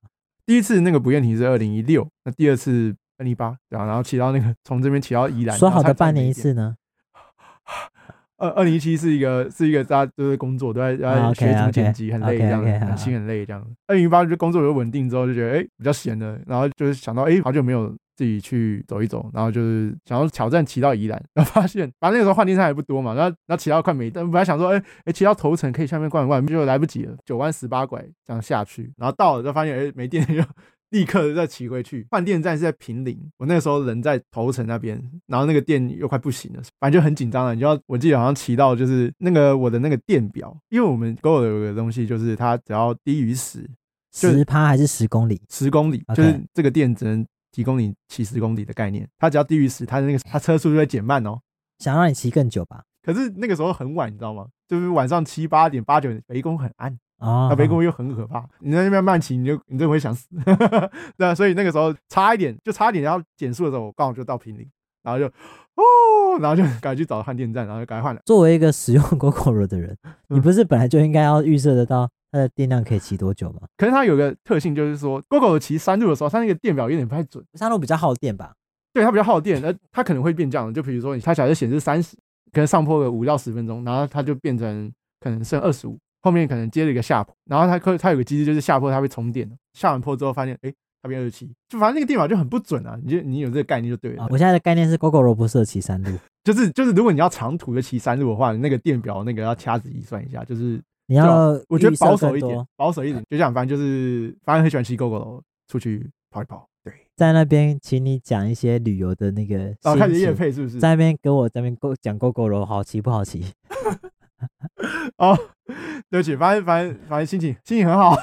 第一次那个不厌停是二零一六，那第二次二零一八，对啊，然后骑到那个从这边骑到宜兰，
说
然
好
后
的
才
半年一
北边。
次呢？
二二零一七是一个是一个大家都是工作都在
啊
在
，OK，
学怎么
OK，
剪辑，很累
OK，
这样
OK，好
很心很累这样。二零一八就工作有稳定之后就觉得哎、比较闲了，然后就是想到哎、好久没有自己去走一走，然后就是想要挑战骑到宜兰， 然后发现反正那个时候换电站还不多嘛，然后然后骑到快没，但本来想说哎哎骑到头城可以下面逛一逛，就来不及了，九弯十八拐这样下去，然后到了就发现哎、没电就立刻再骑回去。换电站是在平陵，我那个时候人在头城那边，然后那个电又快不行了，反正就很紧张了。你就要，我记得好像骑到就是那个我的那个电表，因为我们 Go 有个东西，就是它只要低于十就
十趴还是十公里？
十公里，
OK
就是这个电只能提供你骑十公里的概念，它只要低于十，它的那个它车速就会减慢哦。
想让你骑更久吧？
可是那个时候很晚，你知道吗？就是晚上七八点、八九点，北工很暗，
哦，
那北啊工又很可怕。你在那边慢骑，你就你就会想死。 对啊，所以那个时候差一点，就差一点要减速的时候，我刚好就到平陵，然后就哦，然后就 赶快去找换电站，然后就赶快换了。
作为一个使用 GoGo 的人，你
嗯
不是本来就应该要预设得到它的电量可以骑多久吗？
可是它有个特性就是说，GoGo 骑山路的时候，它那个电表有点不太准，
山路比较耗电吧？
对它比较耗电，呃，它可能会变这样，就比如说你它假设显示三十，可能上坡个五到十分钟，然后它就变成可能剩二十五，后面可能接了一个下坡，然后它可它有个机制就是下坡它会充电，下完坡之后发现哎它变二十七，就反正那个电表就很不准啊，你就你有这个概念就对了
啊，，我现在的概念是 GoGo 罗不适合骑山 路，
就是就是如果你要长途的骑山路的话，你那个电表那个要掐指一算一下，就是
你要
啊我觉
预
得
设
保守
更
一点
多，
保守一点，就这样，反正就是反正很喜欢骑 GoGo 楼出去跑一跑，对，
在那边，请你讲一些旅游的那个心
然后开始夜
情。
配是不是？
在那边给我在那边 Go 讲 GoGo 罗好骑不好骑？
哦，对不起，反正反正反正心情心情很好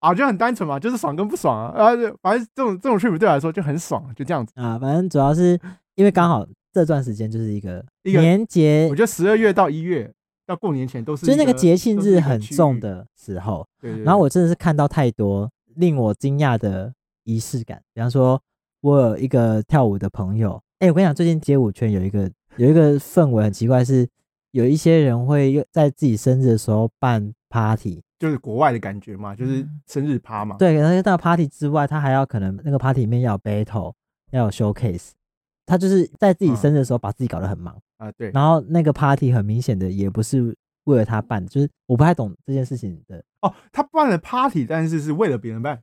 啊，就很单纯嘛，就是爽跟不爽啊，啊，就反正这种这种 trip 对我来说就很爽，就这样子。
啊，反正主要是因为刚好这段时间就是一个
一个
年节
我，觉得十二月到一月到过年前都是
就是
一
那个节庆
都是一
日
个
很
区
重
域，
的时候。
对对对
然后我真的是看到太多令我惊讶的仪式感，比方说，我有一个跳舞的朋友，哎，我跟你讲，最近街舞圈有一个有一个氛围很奇怪，是有一些人会在自己生日的时候办 party，
就是国外的感觉嘛，就是生日趴嘛，
嗯对，然后到 party 之外，他还要可能那个 party 里面要有 battle，要有 showcase。他就是在自己
嗯
生日的时候把自己搞得很忙，
啊对，
然后那个 party 很明显的也不是为了他办的，就是我不太懂这件事情的。
哦，他办了 party，但是是为了别人办，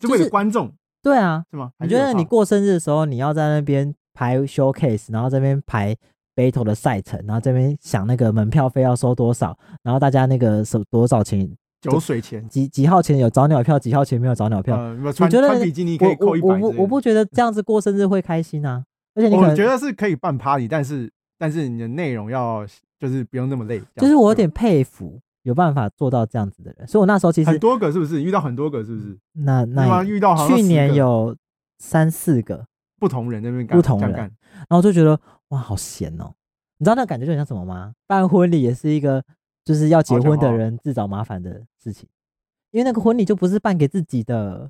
是
就
为了
是
观众
对啊，
是吗？
你
还
觉
是有
得你
差
过生日的时候，你要在那边排 showcase，然后这边排 battle 的赛程，然后这边想那个门票费要收多少，然后大家那个收多少钱，
酒水钱，
几几号前有早鸟票，几号前没有早鸟票。
呃，穿
觉得
穿比基尼可以
我
扣
我
一百，
我不我不觉得这样子过生日会开心啊，而且你可
我
能
嗯哦觉得是可以办 party，但是但是你的内容要就是不用那么累。这样
就是我有点佩服有办法做到这样子的人，所以我那时候其
很
实
多个是不是遇到很多个是不是？
那
对吗？
那
遇到好像
去年
10个
有三四个，
不同人在那边干
不同
这样
人
干
然后我就觉得哇，好闲哦。你知道那感觉就很像什么吗？办婚礼也是一个就是要结
好讲
婚的
话
人自找麻烦的事情，因为那个婚礼就不是办给自己的。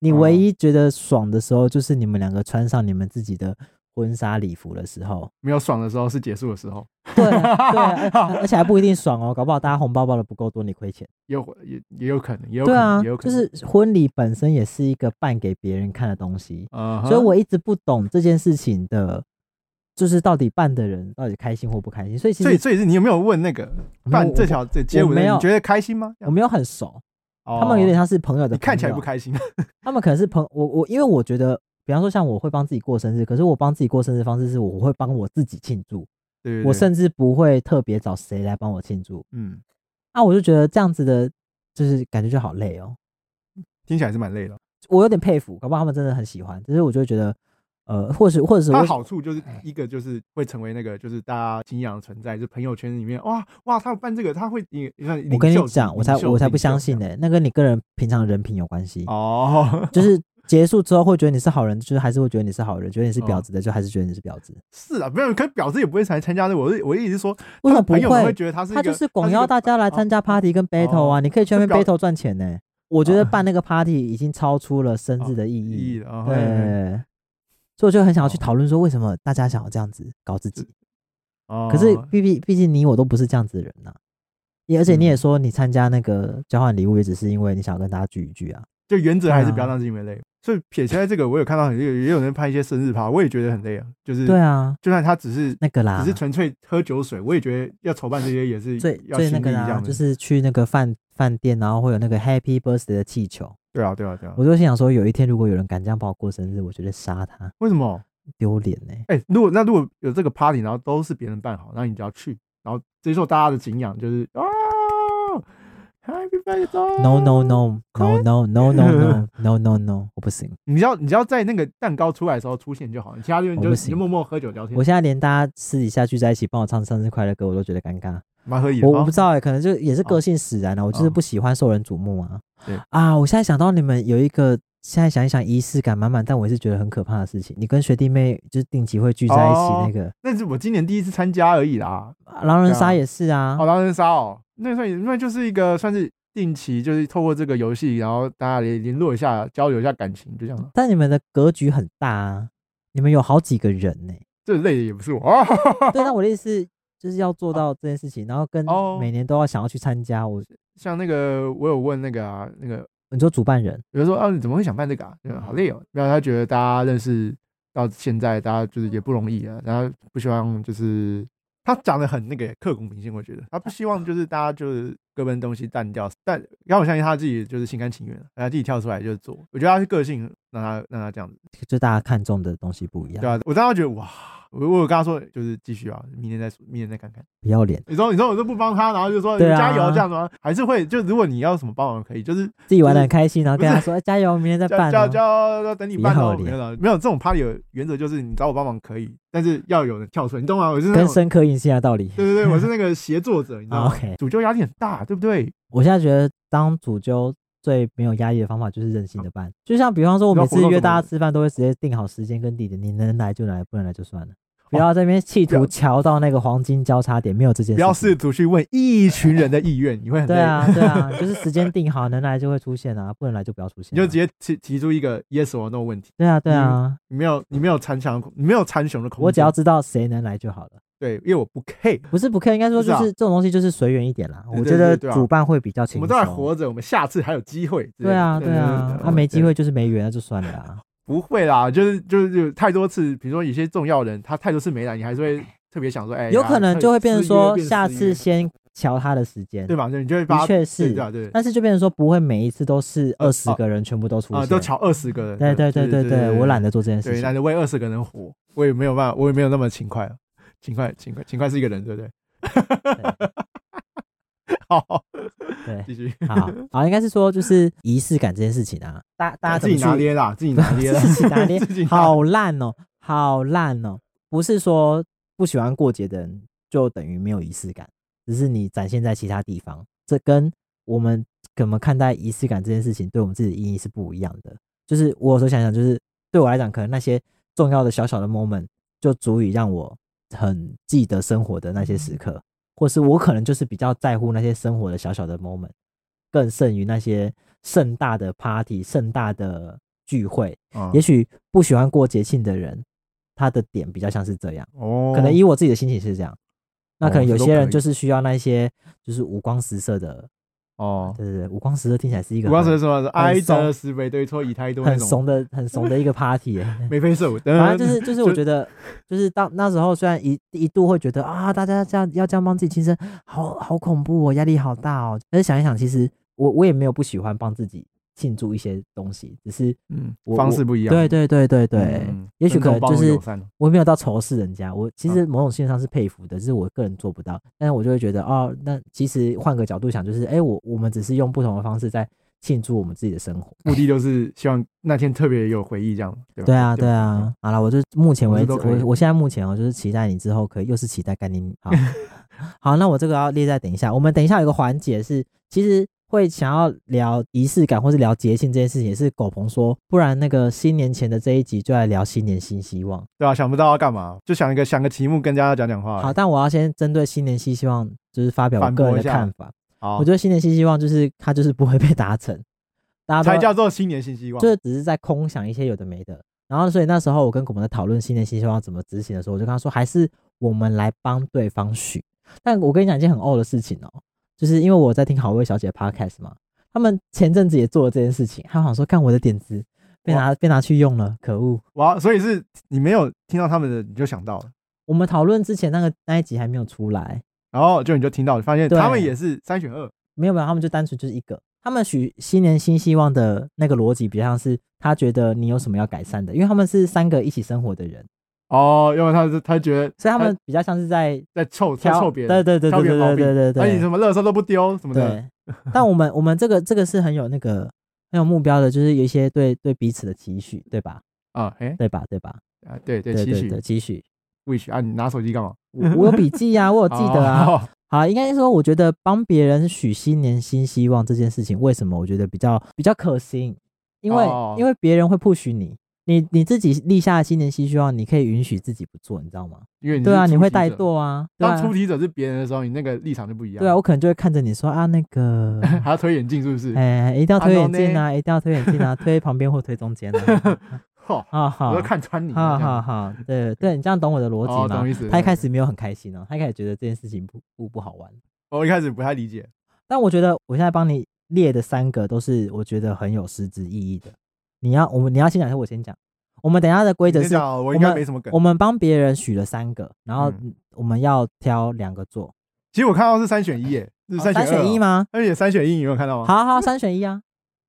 你唯
嗯
一觉得爽的时候，就是你们两个穿上你们自己的婚纱礼服的时候。
没有爽的时候是结束的时候，
对啊对啊，而而且还不一定爽哦，搞不好大家红包包的不够多，你亏钱。
也有也也有可能，也有可
对
能，
啊
也有，可
就
能。
是婚礼本身也是一个办给别人看的东西。
呃，
所以我一直不懂这件事情的，就是到底办的人到底开心或不开心。所以其
所以
实
所以是你有没有问那个
没有
办
我
这条这街
我
舞的
没
人，
有
你觉得开心吗？这
我
样
没有很熟，他们
哦
有点像是朋友的
你看起来
朋
不
友，
开心，啊
他们可能是朋我我，因为我觉得，比方说像我会帮自己过生日，可是我帮自己过生日的方式是我会帮我自己庆祝，
对对
我
对
甚至不会特别找谁来帮我庆祝。
嗯，
啊，我就觉得这样子的，就是感觉就好累哦。
听起来是蛮累的。
我有点佩服，搞不好他们真的很喜欢，只是我就会觉得，呃，或是或者是
它
我
的好处就是一个就是会成为那个就是大家敬仰的存在，就朋友圈里面哇哇，他有办这个，他会你你看
我
领
跟
袖
你
级
讲，我才
领袖
我才
领
不
袖
相信
这
呢、
样
那跟你个人平常人品有关系。
哦，
就是结束之后会觉得你是好人，就是还是会觉得你是好人；觉得你是婊
哦
子的，就还是觉得你是婊子。
是啊，没有，可表示也不会参参加这个，我是我一直说，
为什么
他
不
朋友们会
会？
觉得他是一
他
个哦
就是广邀大家来参加 party 跟 battle 啊，你可以去那边
是
battle 赚钱呢、我觉得
哦
办那个 party 已经超出了生日的意
是一个意义
义。
的，哦嘿嘿
对，所以我就很想要去
哦
讨论说，为什么大家想要这样子搞自己？
哦
可是毕毕毕竟你我都不是这样子的人呐、也而且你也
嗯
说你参加那个交换礼物，也只是因为你想跟大家聚一聚啊。
就原则还是不
对
要
啊
让自己累。所以撇开这个，我有看到很也有人拍一些生日趴，我也觉得很累啊，就是
对啊，
就算他只是
那个啦，
只是纯粹喝酒水，我也觉得要筹办这些也是
最
要
最那
心力
个
一
啦，
样
就
的，
是去那个饭饭店，然后会有那个 Happy Birthday 的气球。
对啊对啊对啊
我，就心想说，有一天如果有人敢这样帮我过生日，我绝对杀他，
为什么？
丢脸呢。
哎、如果那如果有这个 party，然后都是别人办好，那你就要去，然后接受大家的敬仰，就是啊，Happy birthday。
No no no no no no no no no no no，我不行，
你只要你只要在那个蛋糕出来的时候出现就好，其他地方你
我
就
不
你
行
就默默喝酒聊天
我，现在连大家私底下聚在一起帮我唱生日快乐歌，我都觉得尴尬。
蛮合理的。
我我
哦
不知道哎、可能就也是个
哦
性使然啊，我就是
哦
不喜欢受人瞩目啊
对。
啊，我现在想到你们有一个。现在想一想，仪式感满满，但我也是觉得很可怕的事情。你跟学弟妹就是定期会聚在一起，
哦
那个
那是我今年第一次参加而已啦。
啊狼人杀
对啊
也是啊
哦，，狼人杀哦，那算那就是一个算是定期，就是透过这个游戏，然后大家联联络一下，交流一下感情，就这样了。
但你们的格局很大啊，你们有好几个人呢、
这累的也不是我啊，
对，那我的意思就是要做到这件事情，然后跟
哦
每年都要想要去参加。我
像那个我有问那个啊，那个
你说主办人，
比如说啊，你怎么会想办这个啊？嗯好累哦。然后他觉得大家认识到现在，大家就是也不容易啊，然后不希望就是他讲的很那个刻骨铭心，我觉得他不希望就是大家就是各奔东西淡掉，但然后我相信他自己就是心甘情愿，他自己跳出来就做。我觉得他是个性让他让他这样子，
就大家看中的东西不一样
对，啊，我当时觉得哇。我我有跟他说，就是继续啊，明年再明年再看看。
不要脸，
你说你说我都不帮他，然后就说、
对啊
加油这样子吗？还是会就如果你要什么帮忙可以，就是
自己玩的
就是
很开心，然后跟他说哎加油，明天 再
叫
办
叫
哦。
叫叫等你
不
办
要
哦，
脸
没有啦没有这种 party 的原则就是你找我帮忙可以，但是要有人跳出来，你懂吗？我是那
跟哦
种
深刻印象的道理。
对啊对对，我是那个协作者，你知道吗？
OK，
主教压力很大，对 不对？
我现在觉得当主揪最没有压力的方法就是任
啊
性的办，就像比方说，我每次约大家吃饭都会直接定好时间跟地点，你能来就来，不能来就算了。不要在那边企
哦不
图
要
瞧到那个黄金交叉点，没有这件事情。
不要试图去问一群人的意愿，你会很累。
对啊，对啊，就是时间定好，能来就会出现啊，不能来就不要出现啊、
你就直接提提出一个 yes or no 问题，
对啊，对啊，
你没有你没有残强，你没有残雄的空间。
我只要知道谁能来就好了。
对，因为我不 care，
不是不 care，应该说
不是
就
啊
是这种东西就是随缘一点啦。
对
我
对
觉得
对对啊
主办会比较轻
我
松。
们都还活着，我们下次还有机会。
对啊，对啊，他、没机
会。
会就是没缘，那就算了啊。
不会啦，就是就是有太多次，比如说有些重要人，他太多次没来，你还是会特别想说，哎呀，
有可能就会变成说
失约
下次
变失约
先瞧他的时间
对，吧？对，你就会把
的
他
确
对
是
对，啊，对
但是就变成说不会每一次都是
呃
二十个人全部都出
啊，
现。
都瞧二十个人，
对对对对对，我懒，得做这件事
对，
情
懒。得为二十个人活，我也没有办法，我也没有那么勤快啊，勤快勤快勤快是一个人，对不 对？好，
对，
继续，
好好，应该是说就是仪式感这件事情啊，大大家
自
怎么
己拿
去
捏啦，自己拿捏啦，
自己拿捏
自己拿
好烂哦，好烂哦！不是说不喜欢过节的人就等于没有仪式感，只是你展现在其他地方，这跟我们怎么看待仪式感这件事情对我们自己的意义是不一样的。就是我有时候想想，就是对我来讲，可能那些重要的小小的 moment 就足以让我很记得生活的那些时刻，或是我可能就是比较在乎那些生活的小小的 moment，更胜于那些盛大的 party、盛大的聚会。
嗯
也许不喜欢过节庆的人，他的点比较像是这样。
哦，
可能以我自己的心情是这样，那可
哦
能有
这都
些人
可以
就是需要那一些就是五光十色的，
哦，
对对对，五光十色听起来是一个
我刚才
很
说的是哀
松
则思维对错，以太多那
很
种嗯
怂的很怂的一个 party 耶、
眉飞色舞，
反
反
正就是就是，我觉得就是到那时候，虽然一一度会觉得啊，大家这样要这样帮自己庆生，好好恐怖哦，压力好大哦。但是想一想，其实我我也没有不喜欢帮自己庆祝一些东西，只是
嗯
我，
方式不一样，
对对对对对，
嗯
也许可能
尊重包
就
容
是
友善
我没有到仇视人家，我
嗯
其实某种程度上是佩服的，只是我个人做不到。但是我就会觉得，哦，那其实换个角度想，就是，哎，我我们只是用不同的方式在庆祝我们自己的生活。
目的就是希望那天特别有回忆，这样对吧
对啊，对，啊。好了，我就目前为止，
我觉得都可以
我我现在目前哦，就是期待你之后可以，又是期待干你 好。好，那我这个要列在等一下。我们等一下有个环节是，其实会想要聊仪式感或是聊节庆这件事情，也是狗鹏说，不然那个新年前的这一集就来聊新年新希望。
对啊，想不到要干嘛，就想一个想个题目跟大家讲讲话。
好，但我要先针对新年新希望，就是发表我
反
个人
驳
的
一下
看法。
好，
我觉得新年新希望就是它就是不会被达成，大家
才
都
叫做新年新希望。
就是只是在空想一些有的没的。然后，所以那时候我跟古鹏在讨论新年新希望怎么执行的时候，我就跟他说，还是我们来帮对方许。但我跟你讲一件很傲的事情哦，就是因为我在听好味小姐的 podcast 嘛，他们前阵子也做了这件事情，他们想说，看我的点子被拿被拿去用了，可恶！
哇，所以是你没有听到他们的，你就想到了，
我们讨论之前那个那一集还没有出来，
然后就你就听到，发现
对
他们也是三选二。
没有没有，他们就单纯就是一个，他们许新年新希望的那个逻辑，比较像是他觉得你有什么要改善的，因为他们是三个一起生活的人，
哦，因为他是他觉得
所以他们比较像是在
在臭在
挑，
臭别
对
人，
对对
挑
对
别
对
人
对
毛病
对对
而你什
对，
么垃圾都不丢什么的，
对。但我们我们这个这个是很有那个很有目标的，就是有一些对对彼此的期许，对吧？
啊，哎，
对吧？对吧？
啊，对对，
对
期
对
许
对，期 许。
wish 啊，你拿手机干嘛？
我我有笔记呀，我有记得啊。
哦，
好，应该说，我觉得帮别人许新年新希望这件事情，为什么我觉得比较比较可行？因为、
哦
因为别人会 push 你，你你自己立下的新年新希望，你可以允许自己不做，你知道吗？
因为你是
对啊，你
出
会
题者
怠。惰啊，对
当出
啊，
题者是别人的时候，你那个立场就不一样。，
对啊，我可能就会看着你说啊，那个
还要推眼镜是不是？
哎、一定要推
啊
眼镜
然
啊，一定要推眼镜啊，推旁边或推中间啊，啊
哈，
哈哈，
我都看穿你了
哈
这
哈
样。
哈，对对，你这样懂我的逻
哦
辑吗
懂意思？
他一开始没有很开心哦，他一开始觉得这件事情不不不好玩。
哦我一开始不太理解，
但我觉得我现在帮你列的三个都是我觉得很有实质意义的。你要我们你要先讲，还是我先讲？我们等一下的规则
你
是
先，讲我
我
应该
们
没什么梗
我。们帮别人许了三个，然后
嗯
我们要挑两个做，
其实我看到是三选一，耶，是
哦
三
三
选
选一
吗？
吗？
而且三选一，你有没有看到吗？
好好，三选一啊，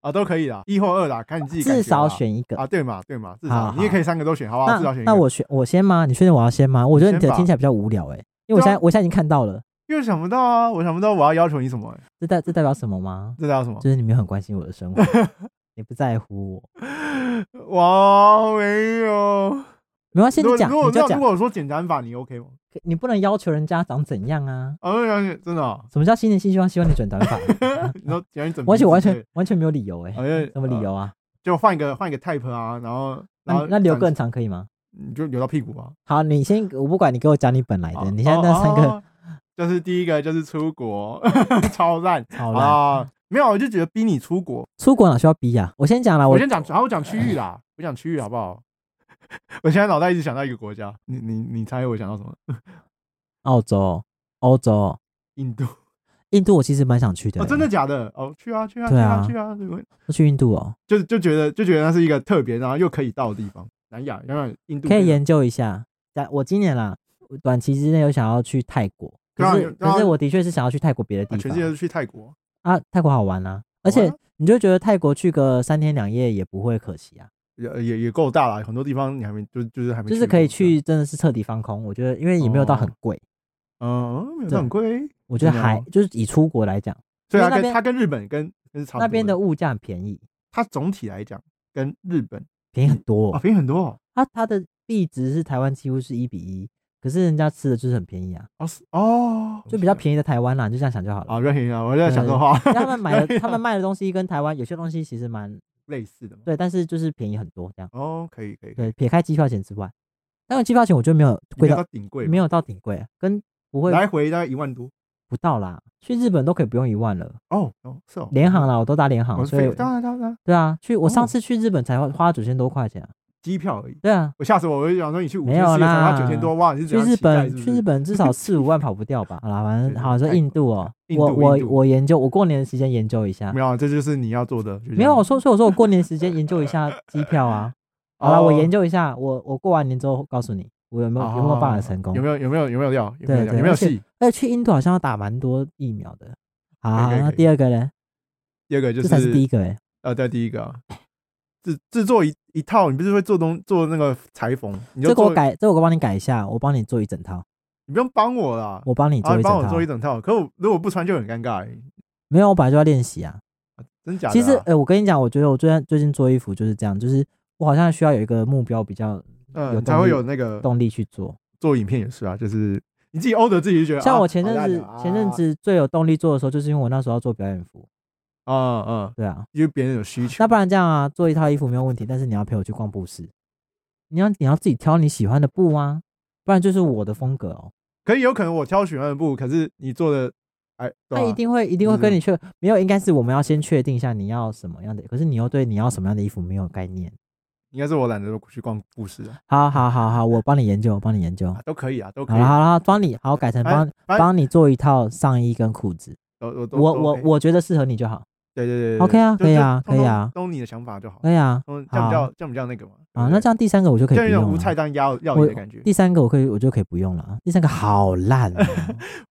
啊，都可以啦，一或二啦，看你自己感觉
至少
啦
选一个。
啊，对嘛对嘛，至
好
少你也
好
可以三个都选，好不好？至少
那
选一
那
个。
我选我先吗？你确定我要先吗？我觉得
你
你的
先吧
听起来比较无聊哎、因为我现
对啊
在我现在已经看到了，
因为想不到啊，我想不到我要要求你什么，欸
这代这代表什么吗？
这叫什么？
就是你没有很关心我的 生活，你不在乎我，
哇，没有。
没关系，你
如果
讲
如果
你就
那如
讲，
果我说简单法，你 OK 吗？
你不能要求人家长怎样啊？
啊，我想真 的哦，
什么叫新年新希望？希望你卷短发，
你说简单准备，
完全完全完全没有理由哎、
好像
什么理由啊？
呃就换一个换一个 type 啊，然后然
那
后
那留
长
更长可以吗？
你就留到屁股啊。
好，你先，我不管你给我讲你本来
啊
的，你现在那三个
哦就是第一个就是出国， 超烂
好啦，
啊！没有，我就觉得逼你出国。
出国哪需要逼呀？我先讲啦，
我
我
先讲，好，我讲区域啦，我讲区域好不好？ 我现在脑袋一直想到一个国家，你你你猜我想到什么？
澳洲、欧洲、
印度。
印度，我其实蛮想去的
哦，
欸，
真的假的？哦，去啊去啊去
对
啊
啊
去啊！我
我去印度哦，
就就觉得就觉得那是一个特别，然后又可以到的地方。南亚，当然印度
可以
真的
研究一下。但我今年啦，我短期之内有想要去泰国，
对啊
可
有
是
对啊
可是我的确是想要去泰国别的
啊
地
全世界
方
都去泰国。
啊，泰国好玩啊，而且你就觉得泰国去个三天两夜也不会可惜啊，
也也也够大了，很多地方你还没就就是还没
就
过，
是可以去，真的是彻底放空。我觉得因为也没有到很
哦
贵，
嗯，没有
对
那很贵，
我觉得
真的
还
哦
就是以出国来讲，
对啊，
那
跟
边
它跟日本跟跟是差不多
那边的，物价很便宜，
它总体来讲跟日本
便宜很多
啊
哦。
便宜很多哦
它它的币值是台湾几乎是一比一，可是人家吃的就是很便宜啊，
哦是哦，
就比较便宜的台湾啦，你就这样想就好了。
啊，不要便宜啊，我在想说话
因为他们买
啊
的他们卖的东西跟台湾有些东西其实蛮
类似的嘛，
对，但是就是便宜很多这样。
哦，可以可以，可以
对，撇开机票钱之外，当然机票钱我觉得没有贵
哦没有
到
到顶贵吧，
没有到顶贵，啊跟不会
来回大概一万多
不到啦。去日本都可以不用一万了，
哦哦是哦，
联航啦，我都搭联航，
我是
所以
飞当然当然
对啊，去我
哦
上次去日本才花花九千多块钱啊，
机票而已，
对啊，
我吓死我，我就想说你去五
没
天
有
四夜才花
啦
九千多，哇，你是
去
怎样
日
期待
本
是不
去
是
日本至 少四五万跑不掉吧？好啦，反
对
正好说印度哦，
印
我
度
我
印度
我研究，我过年的时间研究一下
没，有啊，这就是你要做的，就这
没
样
有我说，所以我说我过年时间研究一下机票 啊。好了，
哦
我研究一下，我我过完年之后告诉你，我有没有有没有办法成功
哦有？没有有没有有没有料？有没有
对
料
对
有没有
而且
戏？
而且去印度好像要打蛮多疫苗的。好，
可以可以
那
可以
第二个呢？
第二个就
这才是第一个哎。
啊，对，第一个啊，制制作一一套，你不是会做东做那个裁缝，你就
这个
做，
我改，这个我帮你改一下，我帮你做一整套，
你不用帮我啦，
我帮你
啊，
做
你
一
帮
整
我
套
做一。整套，可我如果不穿就很尴尬欸，
没有，我本来就要练习啊。
真假的啊？
其实，哎，我跟你讲，我觉得我最近最近做衣服就是这样，就是我好像需要有一个目标，比较有
嗯，
动
才会
力
有那个
动力去做。
做影片也是啊，就是你自己 order 自己就觉得，
像
啊
我前
好
阵
烂
子
啊
前阵子最有动力做的时候，就是因为我那时候要做表演服。
啊啊，
对啊，
因为别人有需求
那，不然这样啊，做一套衣服没有问题，但是你要陪我去逛布市，你要你要自己挑你喜欢的布啊，不然就是我的风格哦。
可以有可能我挑选的布，可是你做的，哎，对嗯
他
吧
一定会一定会跟你确没有，应该是我们要先确定一下你要什么样的，可是你又对你要什么样的衣服没有概念。
应该是我懒得去逛故事啊，
好好好好，我帮你研究，我帮你研究。
啊都哎可以啊，都可
好
以
了，好了，帮你好改成
反
帮
反
帮你做一套上衣跟裤子，
都都都
我
都
我
OK
我觉得适合你就好，
对对对对
OK 啊
就
可以
就
啊
通
可以
通
啊
通你的想法就好，
可以啊
通这样比较
好
这样比较那个嘛。
啊，那这
样
样第三个我就可以
这
不
样有
用
种无
了
菜。单压料理
我
的感觉。
第三个我可以我就可以不用了啊，第三个好烂 哦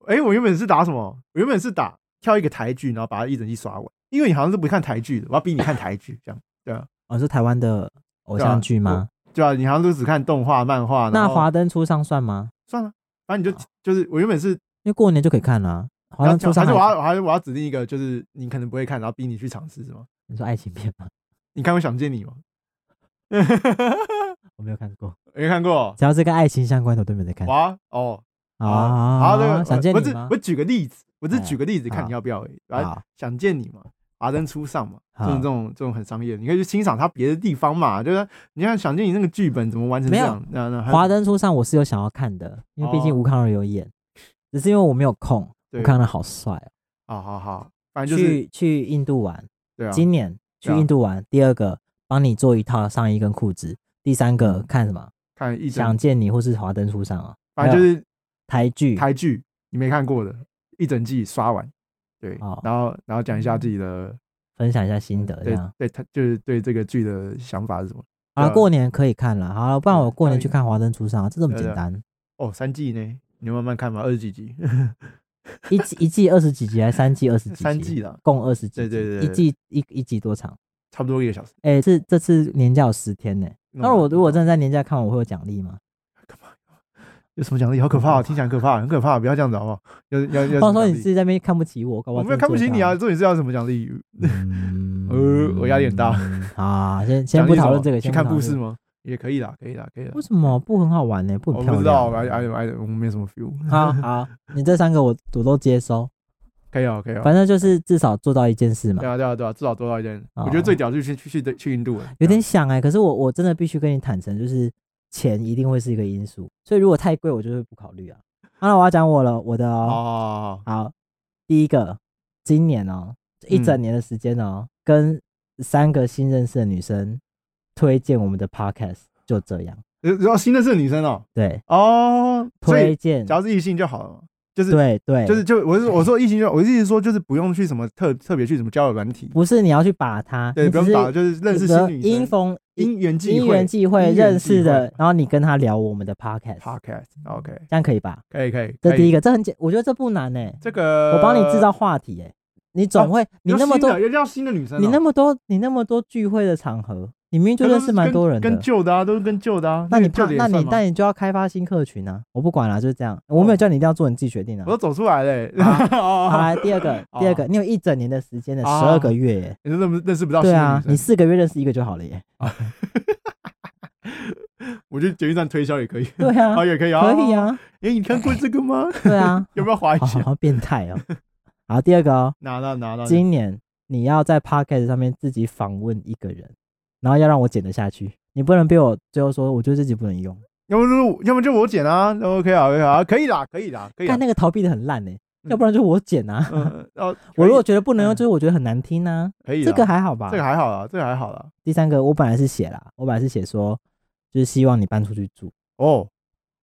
哎，我原本是打什么？我原本是打跳一个台剧，然后把它一整季刷完。因为你好像是不看台剧的，我要逼你看台剧，这样
哦，是台湾的偶
对啊
像剧吗？
对吧、你好像都只看动画、漫画。
那
然后
华哦灯初上算吗？
算了，反正你就就是我原本是，
因为过年就可以看啦、华
然
灯
后
初
还
上
是
还
我要我还是我要指定一个，就是你可能不会看，然后逼你去尝试，是吗？
你说爱情片吗？
你看过《想见你》吗？
我没有看过，
没看过。
只要是跟爱情相关的我都没有在看。
哇哦，
啊
好，那个
想见
我
你
只
吗
我？举个例子，我只
哎
举个例子，看
好
你要不要哎而已。反正
好，
想见你嘛，华灯初上嘛，就
好
是这种这种很商业的，你可以去欣赏它别的地方嘛。就是你看想见你那个剧本怎么完成
嗯
这
没有
样，那那还
华灯初上我是有想要看的，因为毕竟
哦
吴康仁有演，只是因为我没有空。
对
吴康仁好帅哦！
好好好，反正就是
去去印度玩，
对啊，
今年去
对啊
印度玩，第二个帮你做一套上衣跟裤子，第三个
嗯
看什么？
看一
想
整，
见你或是华灯初上啊，
反正就是
台剧。
台剧你没看过的，一整季刷完，对
哦，
然后然后讲一下自己的
分享一下心得这
对啊
样
对，他就是对这个剧的想法是什么？
啊，
对啊
过年可以看了，好了，不然我过年去看《华灯初上》啊，这这么
对
简
对
单，
哦，三季呢，你慢慢看吧，二十几集，
一季 一季二十几集，还是三季二十几集？
三季啦，
共二十几集，
对对对
一
对
季一一集多长？
差不多一个小时。
哎，这这次年假有十天呢，
那
那我如果真的在年假看，我会有奖励吗？
有什么奖励？好可怕、哦，听起来很可怕，很可怕，不要这样子好不好？要要要。
话说你自，己在那边看不起我，搞不好
我没有
真的
看不
做
起
得
你啊，
到。
重点是要什么奖励？
嗯
呃我压力 很大
嗯啊，先先
奖
不
励
讨
什
论
么
这个，
去
先
看
不讨
故
论
事
这个？
吗？也可以啦，可以啦，可以啦哦
为。什么不很好玩呢？不
我
很漂亮？
不知道，哎哎哎，我没什么 feel。
好好，你这三个我我都接收，
可以啊，可以啊。
反正就是至少做到一件事嘛
对。啊，对啊，对啊，至少多到一点。
哦
我觉得最屌就是去去去去印度了，
有点想哎、可是我我真的必须跟你坦诚，就是钱一定会是一个因素，所以如果太贵，我就会不考虑啊。好、了，我要讲我了，我的
哦。
哦，
好好
好，第一个，今年哦，这一整
嗯
年的时间哦，跟三个新认识的女生推荐我们的 podcast，就这样，
然后新的是女生哦，
对，
哦，所
推
以
荐
只，要是异性就好了嘛，就是
对对，
就是就我是我说异性就，我的意思是说就是不用去什么特特别去什么交友软体，
不是你要去把它，
对，
你
不
只
用
是
打，就是认识
你的
新女
因
生，
逢
因缘际
因
会
缘际会
因缘
认
际
识的
会，
然后你跟他聊我们的 podcast，
podcast，OK，
这样可以吧？
可以可以，
这第一
个，
个，这很简，我觉得这不难呢、
这个
我帮你制造话题、欸，你总会，你
有
那么
新的
多，
有啊要新的女生哦，
你那么多，你那么多聚会的场合，你明明就
可
认
是
识蛮
跟
多人的
跟，旧的啊，都是跟旧的啊，
那你
个旧
怕，
的也
那
算
你
吗哦
那你就要开发新客群啊！我不管了，就是这样，我没有叫你一定要做，你自己决定啊
我。都走出来嘞，
啊
哦
好，来第二 个，第二个，你有一整年的时间的十
啊
二个月、欸，
你认不认识不到新
对
的
啊
女，生
你四个月认识一个就好 了耶。
我觉得捷运站推销也可以，
对啊，
啊也可以啊，
可以，啊，
哎，你看过这个 吗？
对 啊，
要不要划一
好好
下？
好变态哦。好，第二个哦，
拿到拿到，
今年你要在 podcast 上面自己访问一个人，然后要让我剪得下去，你不能被我最后说，我觉得自己不能用。
要么就是要么就我剪啊，OK 啊 OK 啊，可以啦可以啦可以啦
但，那个逃避的很烂呢、
嗯
要不然就是我剪啊。
嗯哦，
我如果觉得不能用，
嗯
就是我觉得很难听啊。
可以啊啦，
这个还好啊吧？
这个还好啦，这个还好啦，
第三个，我本来是写啦，我本来是写说，就是希望你搬出去住，
哦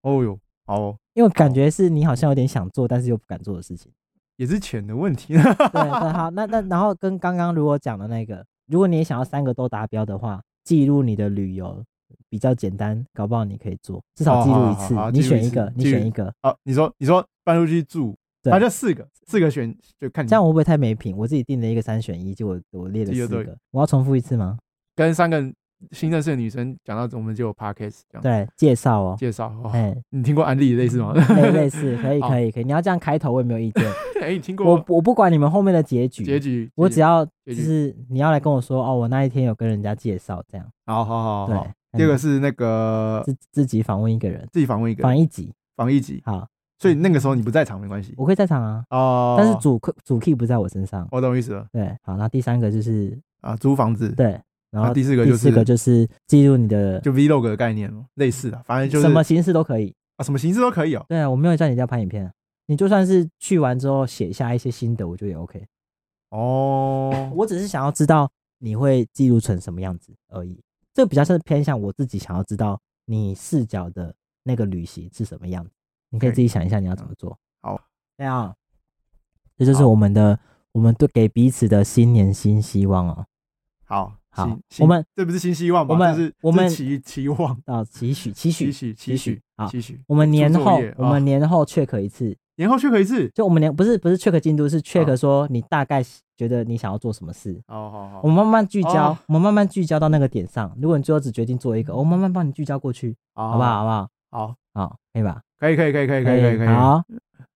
哦哟，好哦
因为感觉是你好像有点想做，但是又不敢做的事情。
也是钱的问题，
对对，好，那那然后跟刚刚如果讲的那个，如果你也想要三个都达标的话，记录你的旅游比较简单，搞不好你可以做，至少
哦
记录
好
一
好
次
好。
你
记录
选
一
一
次
个，你
记录
选一个，
啊，你说你说搬出去住，
对
啊，就四个，四个选就看你
这样我会不会太没品？我自己定了一个三选一，结果我列了
嗯记得
四
对
个，我要重复一次 吗？
跟三个新认识的女生讲到我们就有 podcast 这样
对，介绍哦，
介绍。哦
哎，
你听过安利类似吗？
类类似，可以
好
可以可以，你要这样开头我也没有意 见，
哎，你听
我
过
不我不管你们后面的结局，
结局？
我只要就
结局
是你要来跟我说哦，我那一天有跟人家介绍这样，
好好好好。好
对，
第二个
嗯
是那个
自自己访问一个人，
自己访问一个
访一集，
防疫集，
好，
所以那个时候你不在场没关系
我可以在场啊，
哦。
但是主客主 key 不在我身上，
我懂意思了
对，好，那第三个就是
啊，租房子。
对，然
然
后
后第四个
第
就
四
是
个就是记录你的
就 vlog 的概念嘛，类似的，反正就是
什么形式都可以，
啊什么形式都可以哦。
对啊，我没有叫你一定要拍影片啊，你就算是去完之后写下一些心得，我觉得也 OK，
哦，
我只是想要知道你会记录成什么样子而已。这比较是偏向我自己想要知道你视角的那个旅行是什么样子。你可以
可以
自己想一下你要怎么做。
嗯好，
这样，这就是
好
我们的我们对给彼此的新年新希望哦，
好，
好
新新
我们
这不是新希望吧？
我们
这是
我们
这是期期望
到期许期
期
许
许期许
好，
期许，
我们年
做作
后
业
我
啊
们年后 check 一次，
年后去可以次。
就我们年不是不是 check 进度，是 check
好
说你大概觉得你想要做什么事。
好好好
我，们慢慢聚焦
哦，
我们慢慢聚焦到那个点上。如果你最后只决定做一个，我慢慢帮你聚焦过去。
好
好不好？？好不好？
啊好，
好，可以吧？哎
可以可以可以可以可以可以可以。
好，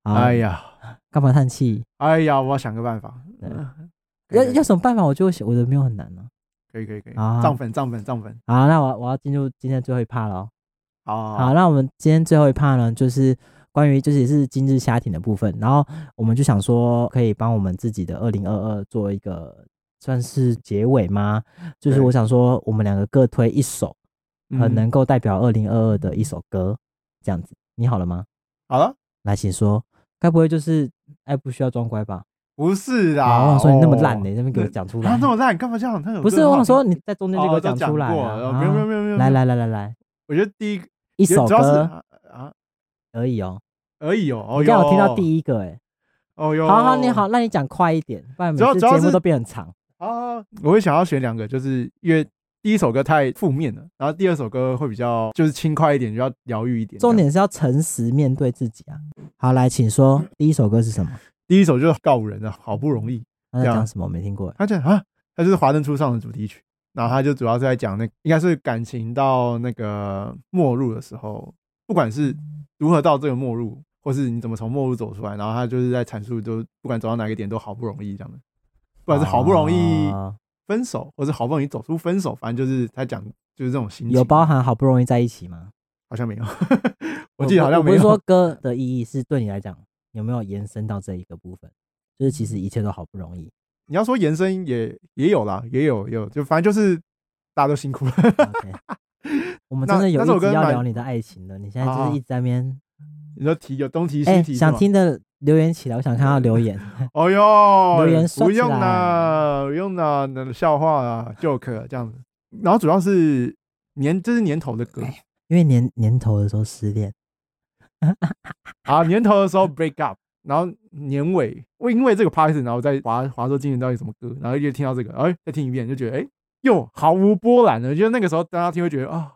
好，
哎呀，
干嘛叹气？
哎呀，我要想个办法。
对
嗯可
要
以
要什么办法？我就会写，我的没有很难呢。
可以可以可以，
好
涨粉涨粉涨粉，
好，那我我要进入今天最后一趴了。哦
好
好，那我们今天最后一趴呢，就是关于就是也是今日虾艇的部分。然后我们就想说，可以帮我们自己的二零二二做一个算是结尾吗？就是
对
我想说，我们两个各推一首，很
嗯
能够代表二零二二的一首歌，这样子，你好了吗？
好了，
来，请说。该不会就是爱不需要装乖吧？
不是啦，
啊！我想说你那么烂
哦
呢、欸，那边给我讲出来
啊，那。么烂，干嘛这样？他有
不是，
歌很
我
好
想说
听
你在中间就
哦
给我
都
出来
过
啊！
哦没有没有
啊
没有没有有
来，来来来来，
我觉得第一个
一首
主要是
歌
啊啊
而已哦。
而已哦。
你刚好听到
一，
第一个，哎，
哦哟，
好好你好，那你讲快一点，不然每
主要
次
主要
节目
是
都变很长。
啊，我会想要选两个，就是因为第一首歌太负面了，然后第二首歌会比较就是轻快一点，比较疗愈一点。
重点是要诚实面对自己啊。好，来，请说第一首歌是什么？
第一首就是告五人啊，好不容易，
他在
对啊
讲什么？我没听过。哎
他就啊，他就是《华灯初上》的主题曲，然后他就主要是在讲那应该是感情到那个末路的时候，不管是如何到这个末路，或是你怎么从末路走出来，然后他就是在阐述，就不管走到哪个点都好不容易这样的，不管是好不容易
啊
分手，或是好不容易走出分手，反正就是他讲就是这种心情。
有包含好不容易在一起吗？
好像没有，我记得好像
不
没
是
有。
说歌的意义是对你来讲有没有延伸到这一个部分？就是其实一切都好不容易，
你要说延伸也也有啦，也有也有，就反正就是大家都辛苦了。
OK，我们真的
那
有
那首
一直
歌
要
蛮
聊你的爱情的，你现在就
好
是一直在那边
你说提有东提
哎、
西提，
想。听的留言起来，我想看到留言。
哦哟，
留言刷
不
起
用
来
啦，不用啦，那笑话啊，joke 这样子。然后主要是年，这是年头的歌
因为年年头的时候失恋，
啊，年头的时候 break up，然后年尾，我因为这个 party，然后再划划说今年到底什么歌，然后就听到这个，哎，再听一遍就觉得哎，又毫无波澜了。就那个时候大家听会觉得啊，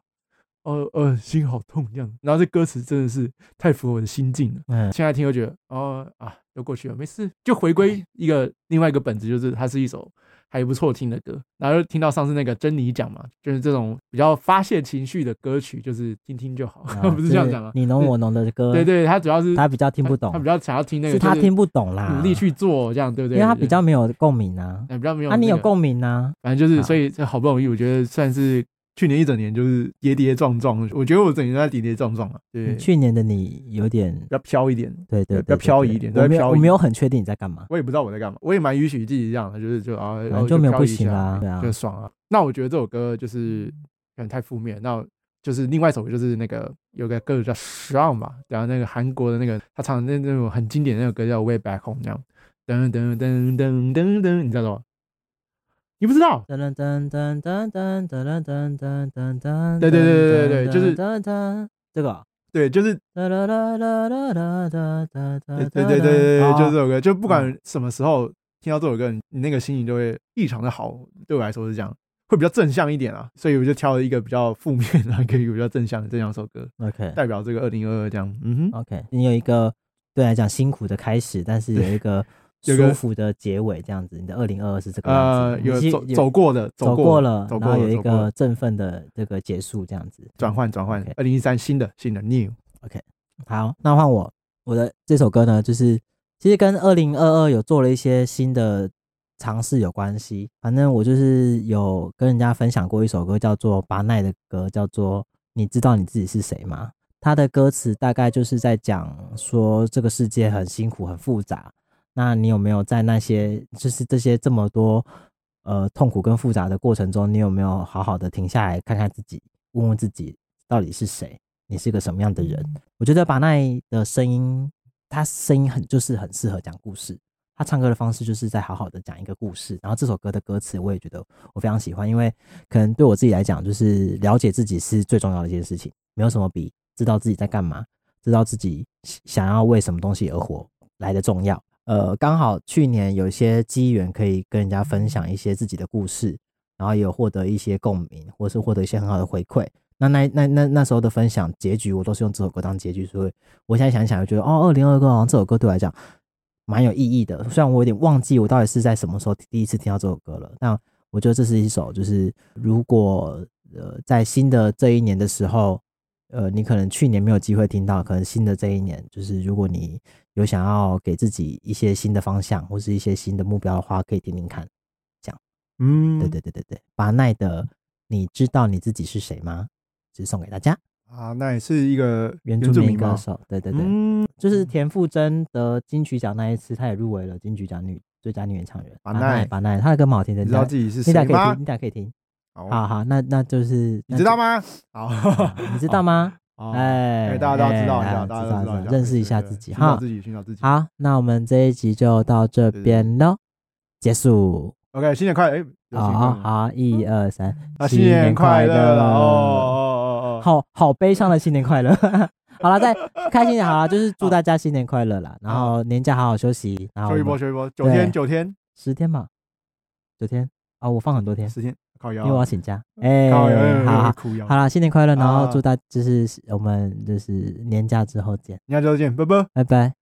呃呃，心好痛这样。然后这歌词真的是太符合我的心境了。
嗯，
现在听会觉得，哦啊，都过去了，没事，就回
哎
归一个另外一个本质，就是它是一首还不错听的歌。然后又听到上次那个珍妮讲嘛，就是这种比较发泄情绪的歌曲，就是听听就好，
啊
不是这样讲吗？
你侬我侬的歌，
对对，他主要是
他比较听
他
不懂
他，比较想要听那个，
是他
就是
听不懂啦，
努力，去做这样，对不
因
对？
为他
对
比较没有共鸣啊。
哎比较没有
啊，你有
那个，
共鸣啊？
反正就是
啊
所以这好不容易，我觉得算是去年一整年就是跌跌撞撞，我觉得我整年都在跌跌撞撞啊，对，
你
比
去年的你有点，
较飘一点。
对对，
比
对
较
对
漂移
对
一点
我
比
没
较
有，
漂移
我没有很确定你在干嘛。
我也不知道我在干嘛，我也蛮允许自己这样的，就是就啊，然后
就没有
飘
不
一
行
下
啦对啊
就爽啊。那我觉得这首歌就是可能太负面，那就是另外一首歌就是那个有个歌手叫 Shawn 吧，然后那个韩国的那个他唱的那那种很经典的那首歌叫 Way Back Home 这样，噔噔噔噔噔噔，你知道吗？你不知道？
噔噔噔噔噔噔噔噔噔噔噔，
对对对对对对就是
噔噔这个啊。
对，就是
哒啦啦啦啦啦哒哒哒
对对对对对对，就是这
是
首歌，就不管什么时候听到这首歌，你你那个心情就会异常的好，对我来说是这样。会比较正向一点啊，所以我就挑了一个比较负面， 然后一个比较正向的这两首歌。
OK
代表这个二零二二这样。嗯哼，
OK，你有一个对来讲辛苦的开始，但是有一个
有个
舒服的结尾，这样子。你的二零二二是这个样
呃，
子，
有
你其
走
有
走过的，
走
过
了，
走
然后
过了
有一
走过了
个振奋的这个结束，这样子
转换转换
OK，
二零一三新的新的 new，
好，那换我，我的这首歌呢，就是其实跟二零二二有做了一些新的尝试有关系。反正我就是有跟人家分享过一首歌，叫做巴奈的歌，叫做《你知道你自己是谁吗》。它的歌词大概就是在讲说这个世界很辛苦、很复杂。那你有没有在那些就是这些这么多呃痛苦跟复杂的过程中，你有没有好好的停下来看看自己，问问自己到底是谁？你是个什么样的人？我觉得巴奈的声音，他声音很就是很适合讲故事。他唱歌的方式就是在好好的讲一个故事。然后这首歌的歌词我也觉得我非常喜欢，因为可能对我自己来讲，就是了解自己是最重要的一件事情，没有什么比知道自己在干嘛，知道自己想要为什么东西而活来的重要。呃，刚好去年有一些机缘可以跟人家分享一些自己的故事，然后也有获得一些共鸣，或是获得一些很好的回馈。那那那那那时候的分享结局，我都是用这首歌当结局，所以我现在想一想，我觉得哦，二零二歌好像这首歌对我来讲蛮有意义的。虽然我有点忘记我到底是在什么时候第一次听到这首歌了，但我觉得这是一首就是如果呃在新的这一年的时候，呃，你可能去年没有机会听到，可能新的这一年，就是如果你有想要给自己一些新的方向或是一些新的目标的话，可以听听看。
嗯，
对对对对对，巴奈的《你知道你自己是谁吗》只送给大家。
啊，那也是一个
原
住
住民
民
歌
嘛，
手，对对对，
嗯，
就是田馥甄得金曲奖那一次，她也入围了金曲奖女最佳女演唱人。
巴
奈，
奈
巴奈，她的歌蛮好听的，
你
你
知道
等
自己是
你
谁
俩可以
吗
听，你？俩可以听。
好，
好好，那那就是
你知道
吗？
吗？好，
你知道吗？
好？哎，
哎，
大家都知道一
哎
下，
哎
大
知
家
道
都知道一下，
认识
对
一下
对
自己
寻找
哈
自。己，寻找自己。
好，那我们这一集就到这
对对对
边喽，结束。
二 OK，新年快乐！哎，有
好
新冠
好
吗
好，一二三，
啊，新年快乐！
乐！
哦哦哦哦，
好好悲伤的新年快乐。 好了，再开心一点好了，就是祝大家新年快乐啦，然后年假好好休息，然后
修一
我
波，
们
修一波，九天，
对
九天，
十天吧，九天啊，我放很多天，
十天，靠腰
因为我要
啊，
请假。哎，
靠腰，
好好
哭腰。
好啦，新年快乐，然后
啊
祝大就是我们就是年假之后见，
大家再见，拜拜。
拜拜。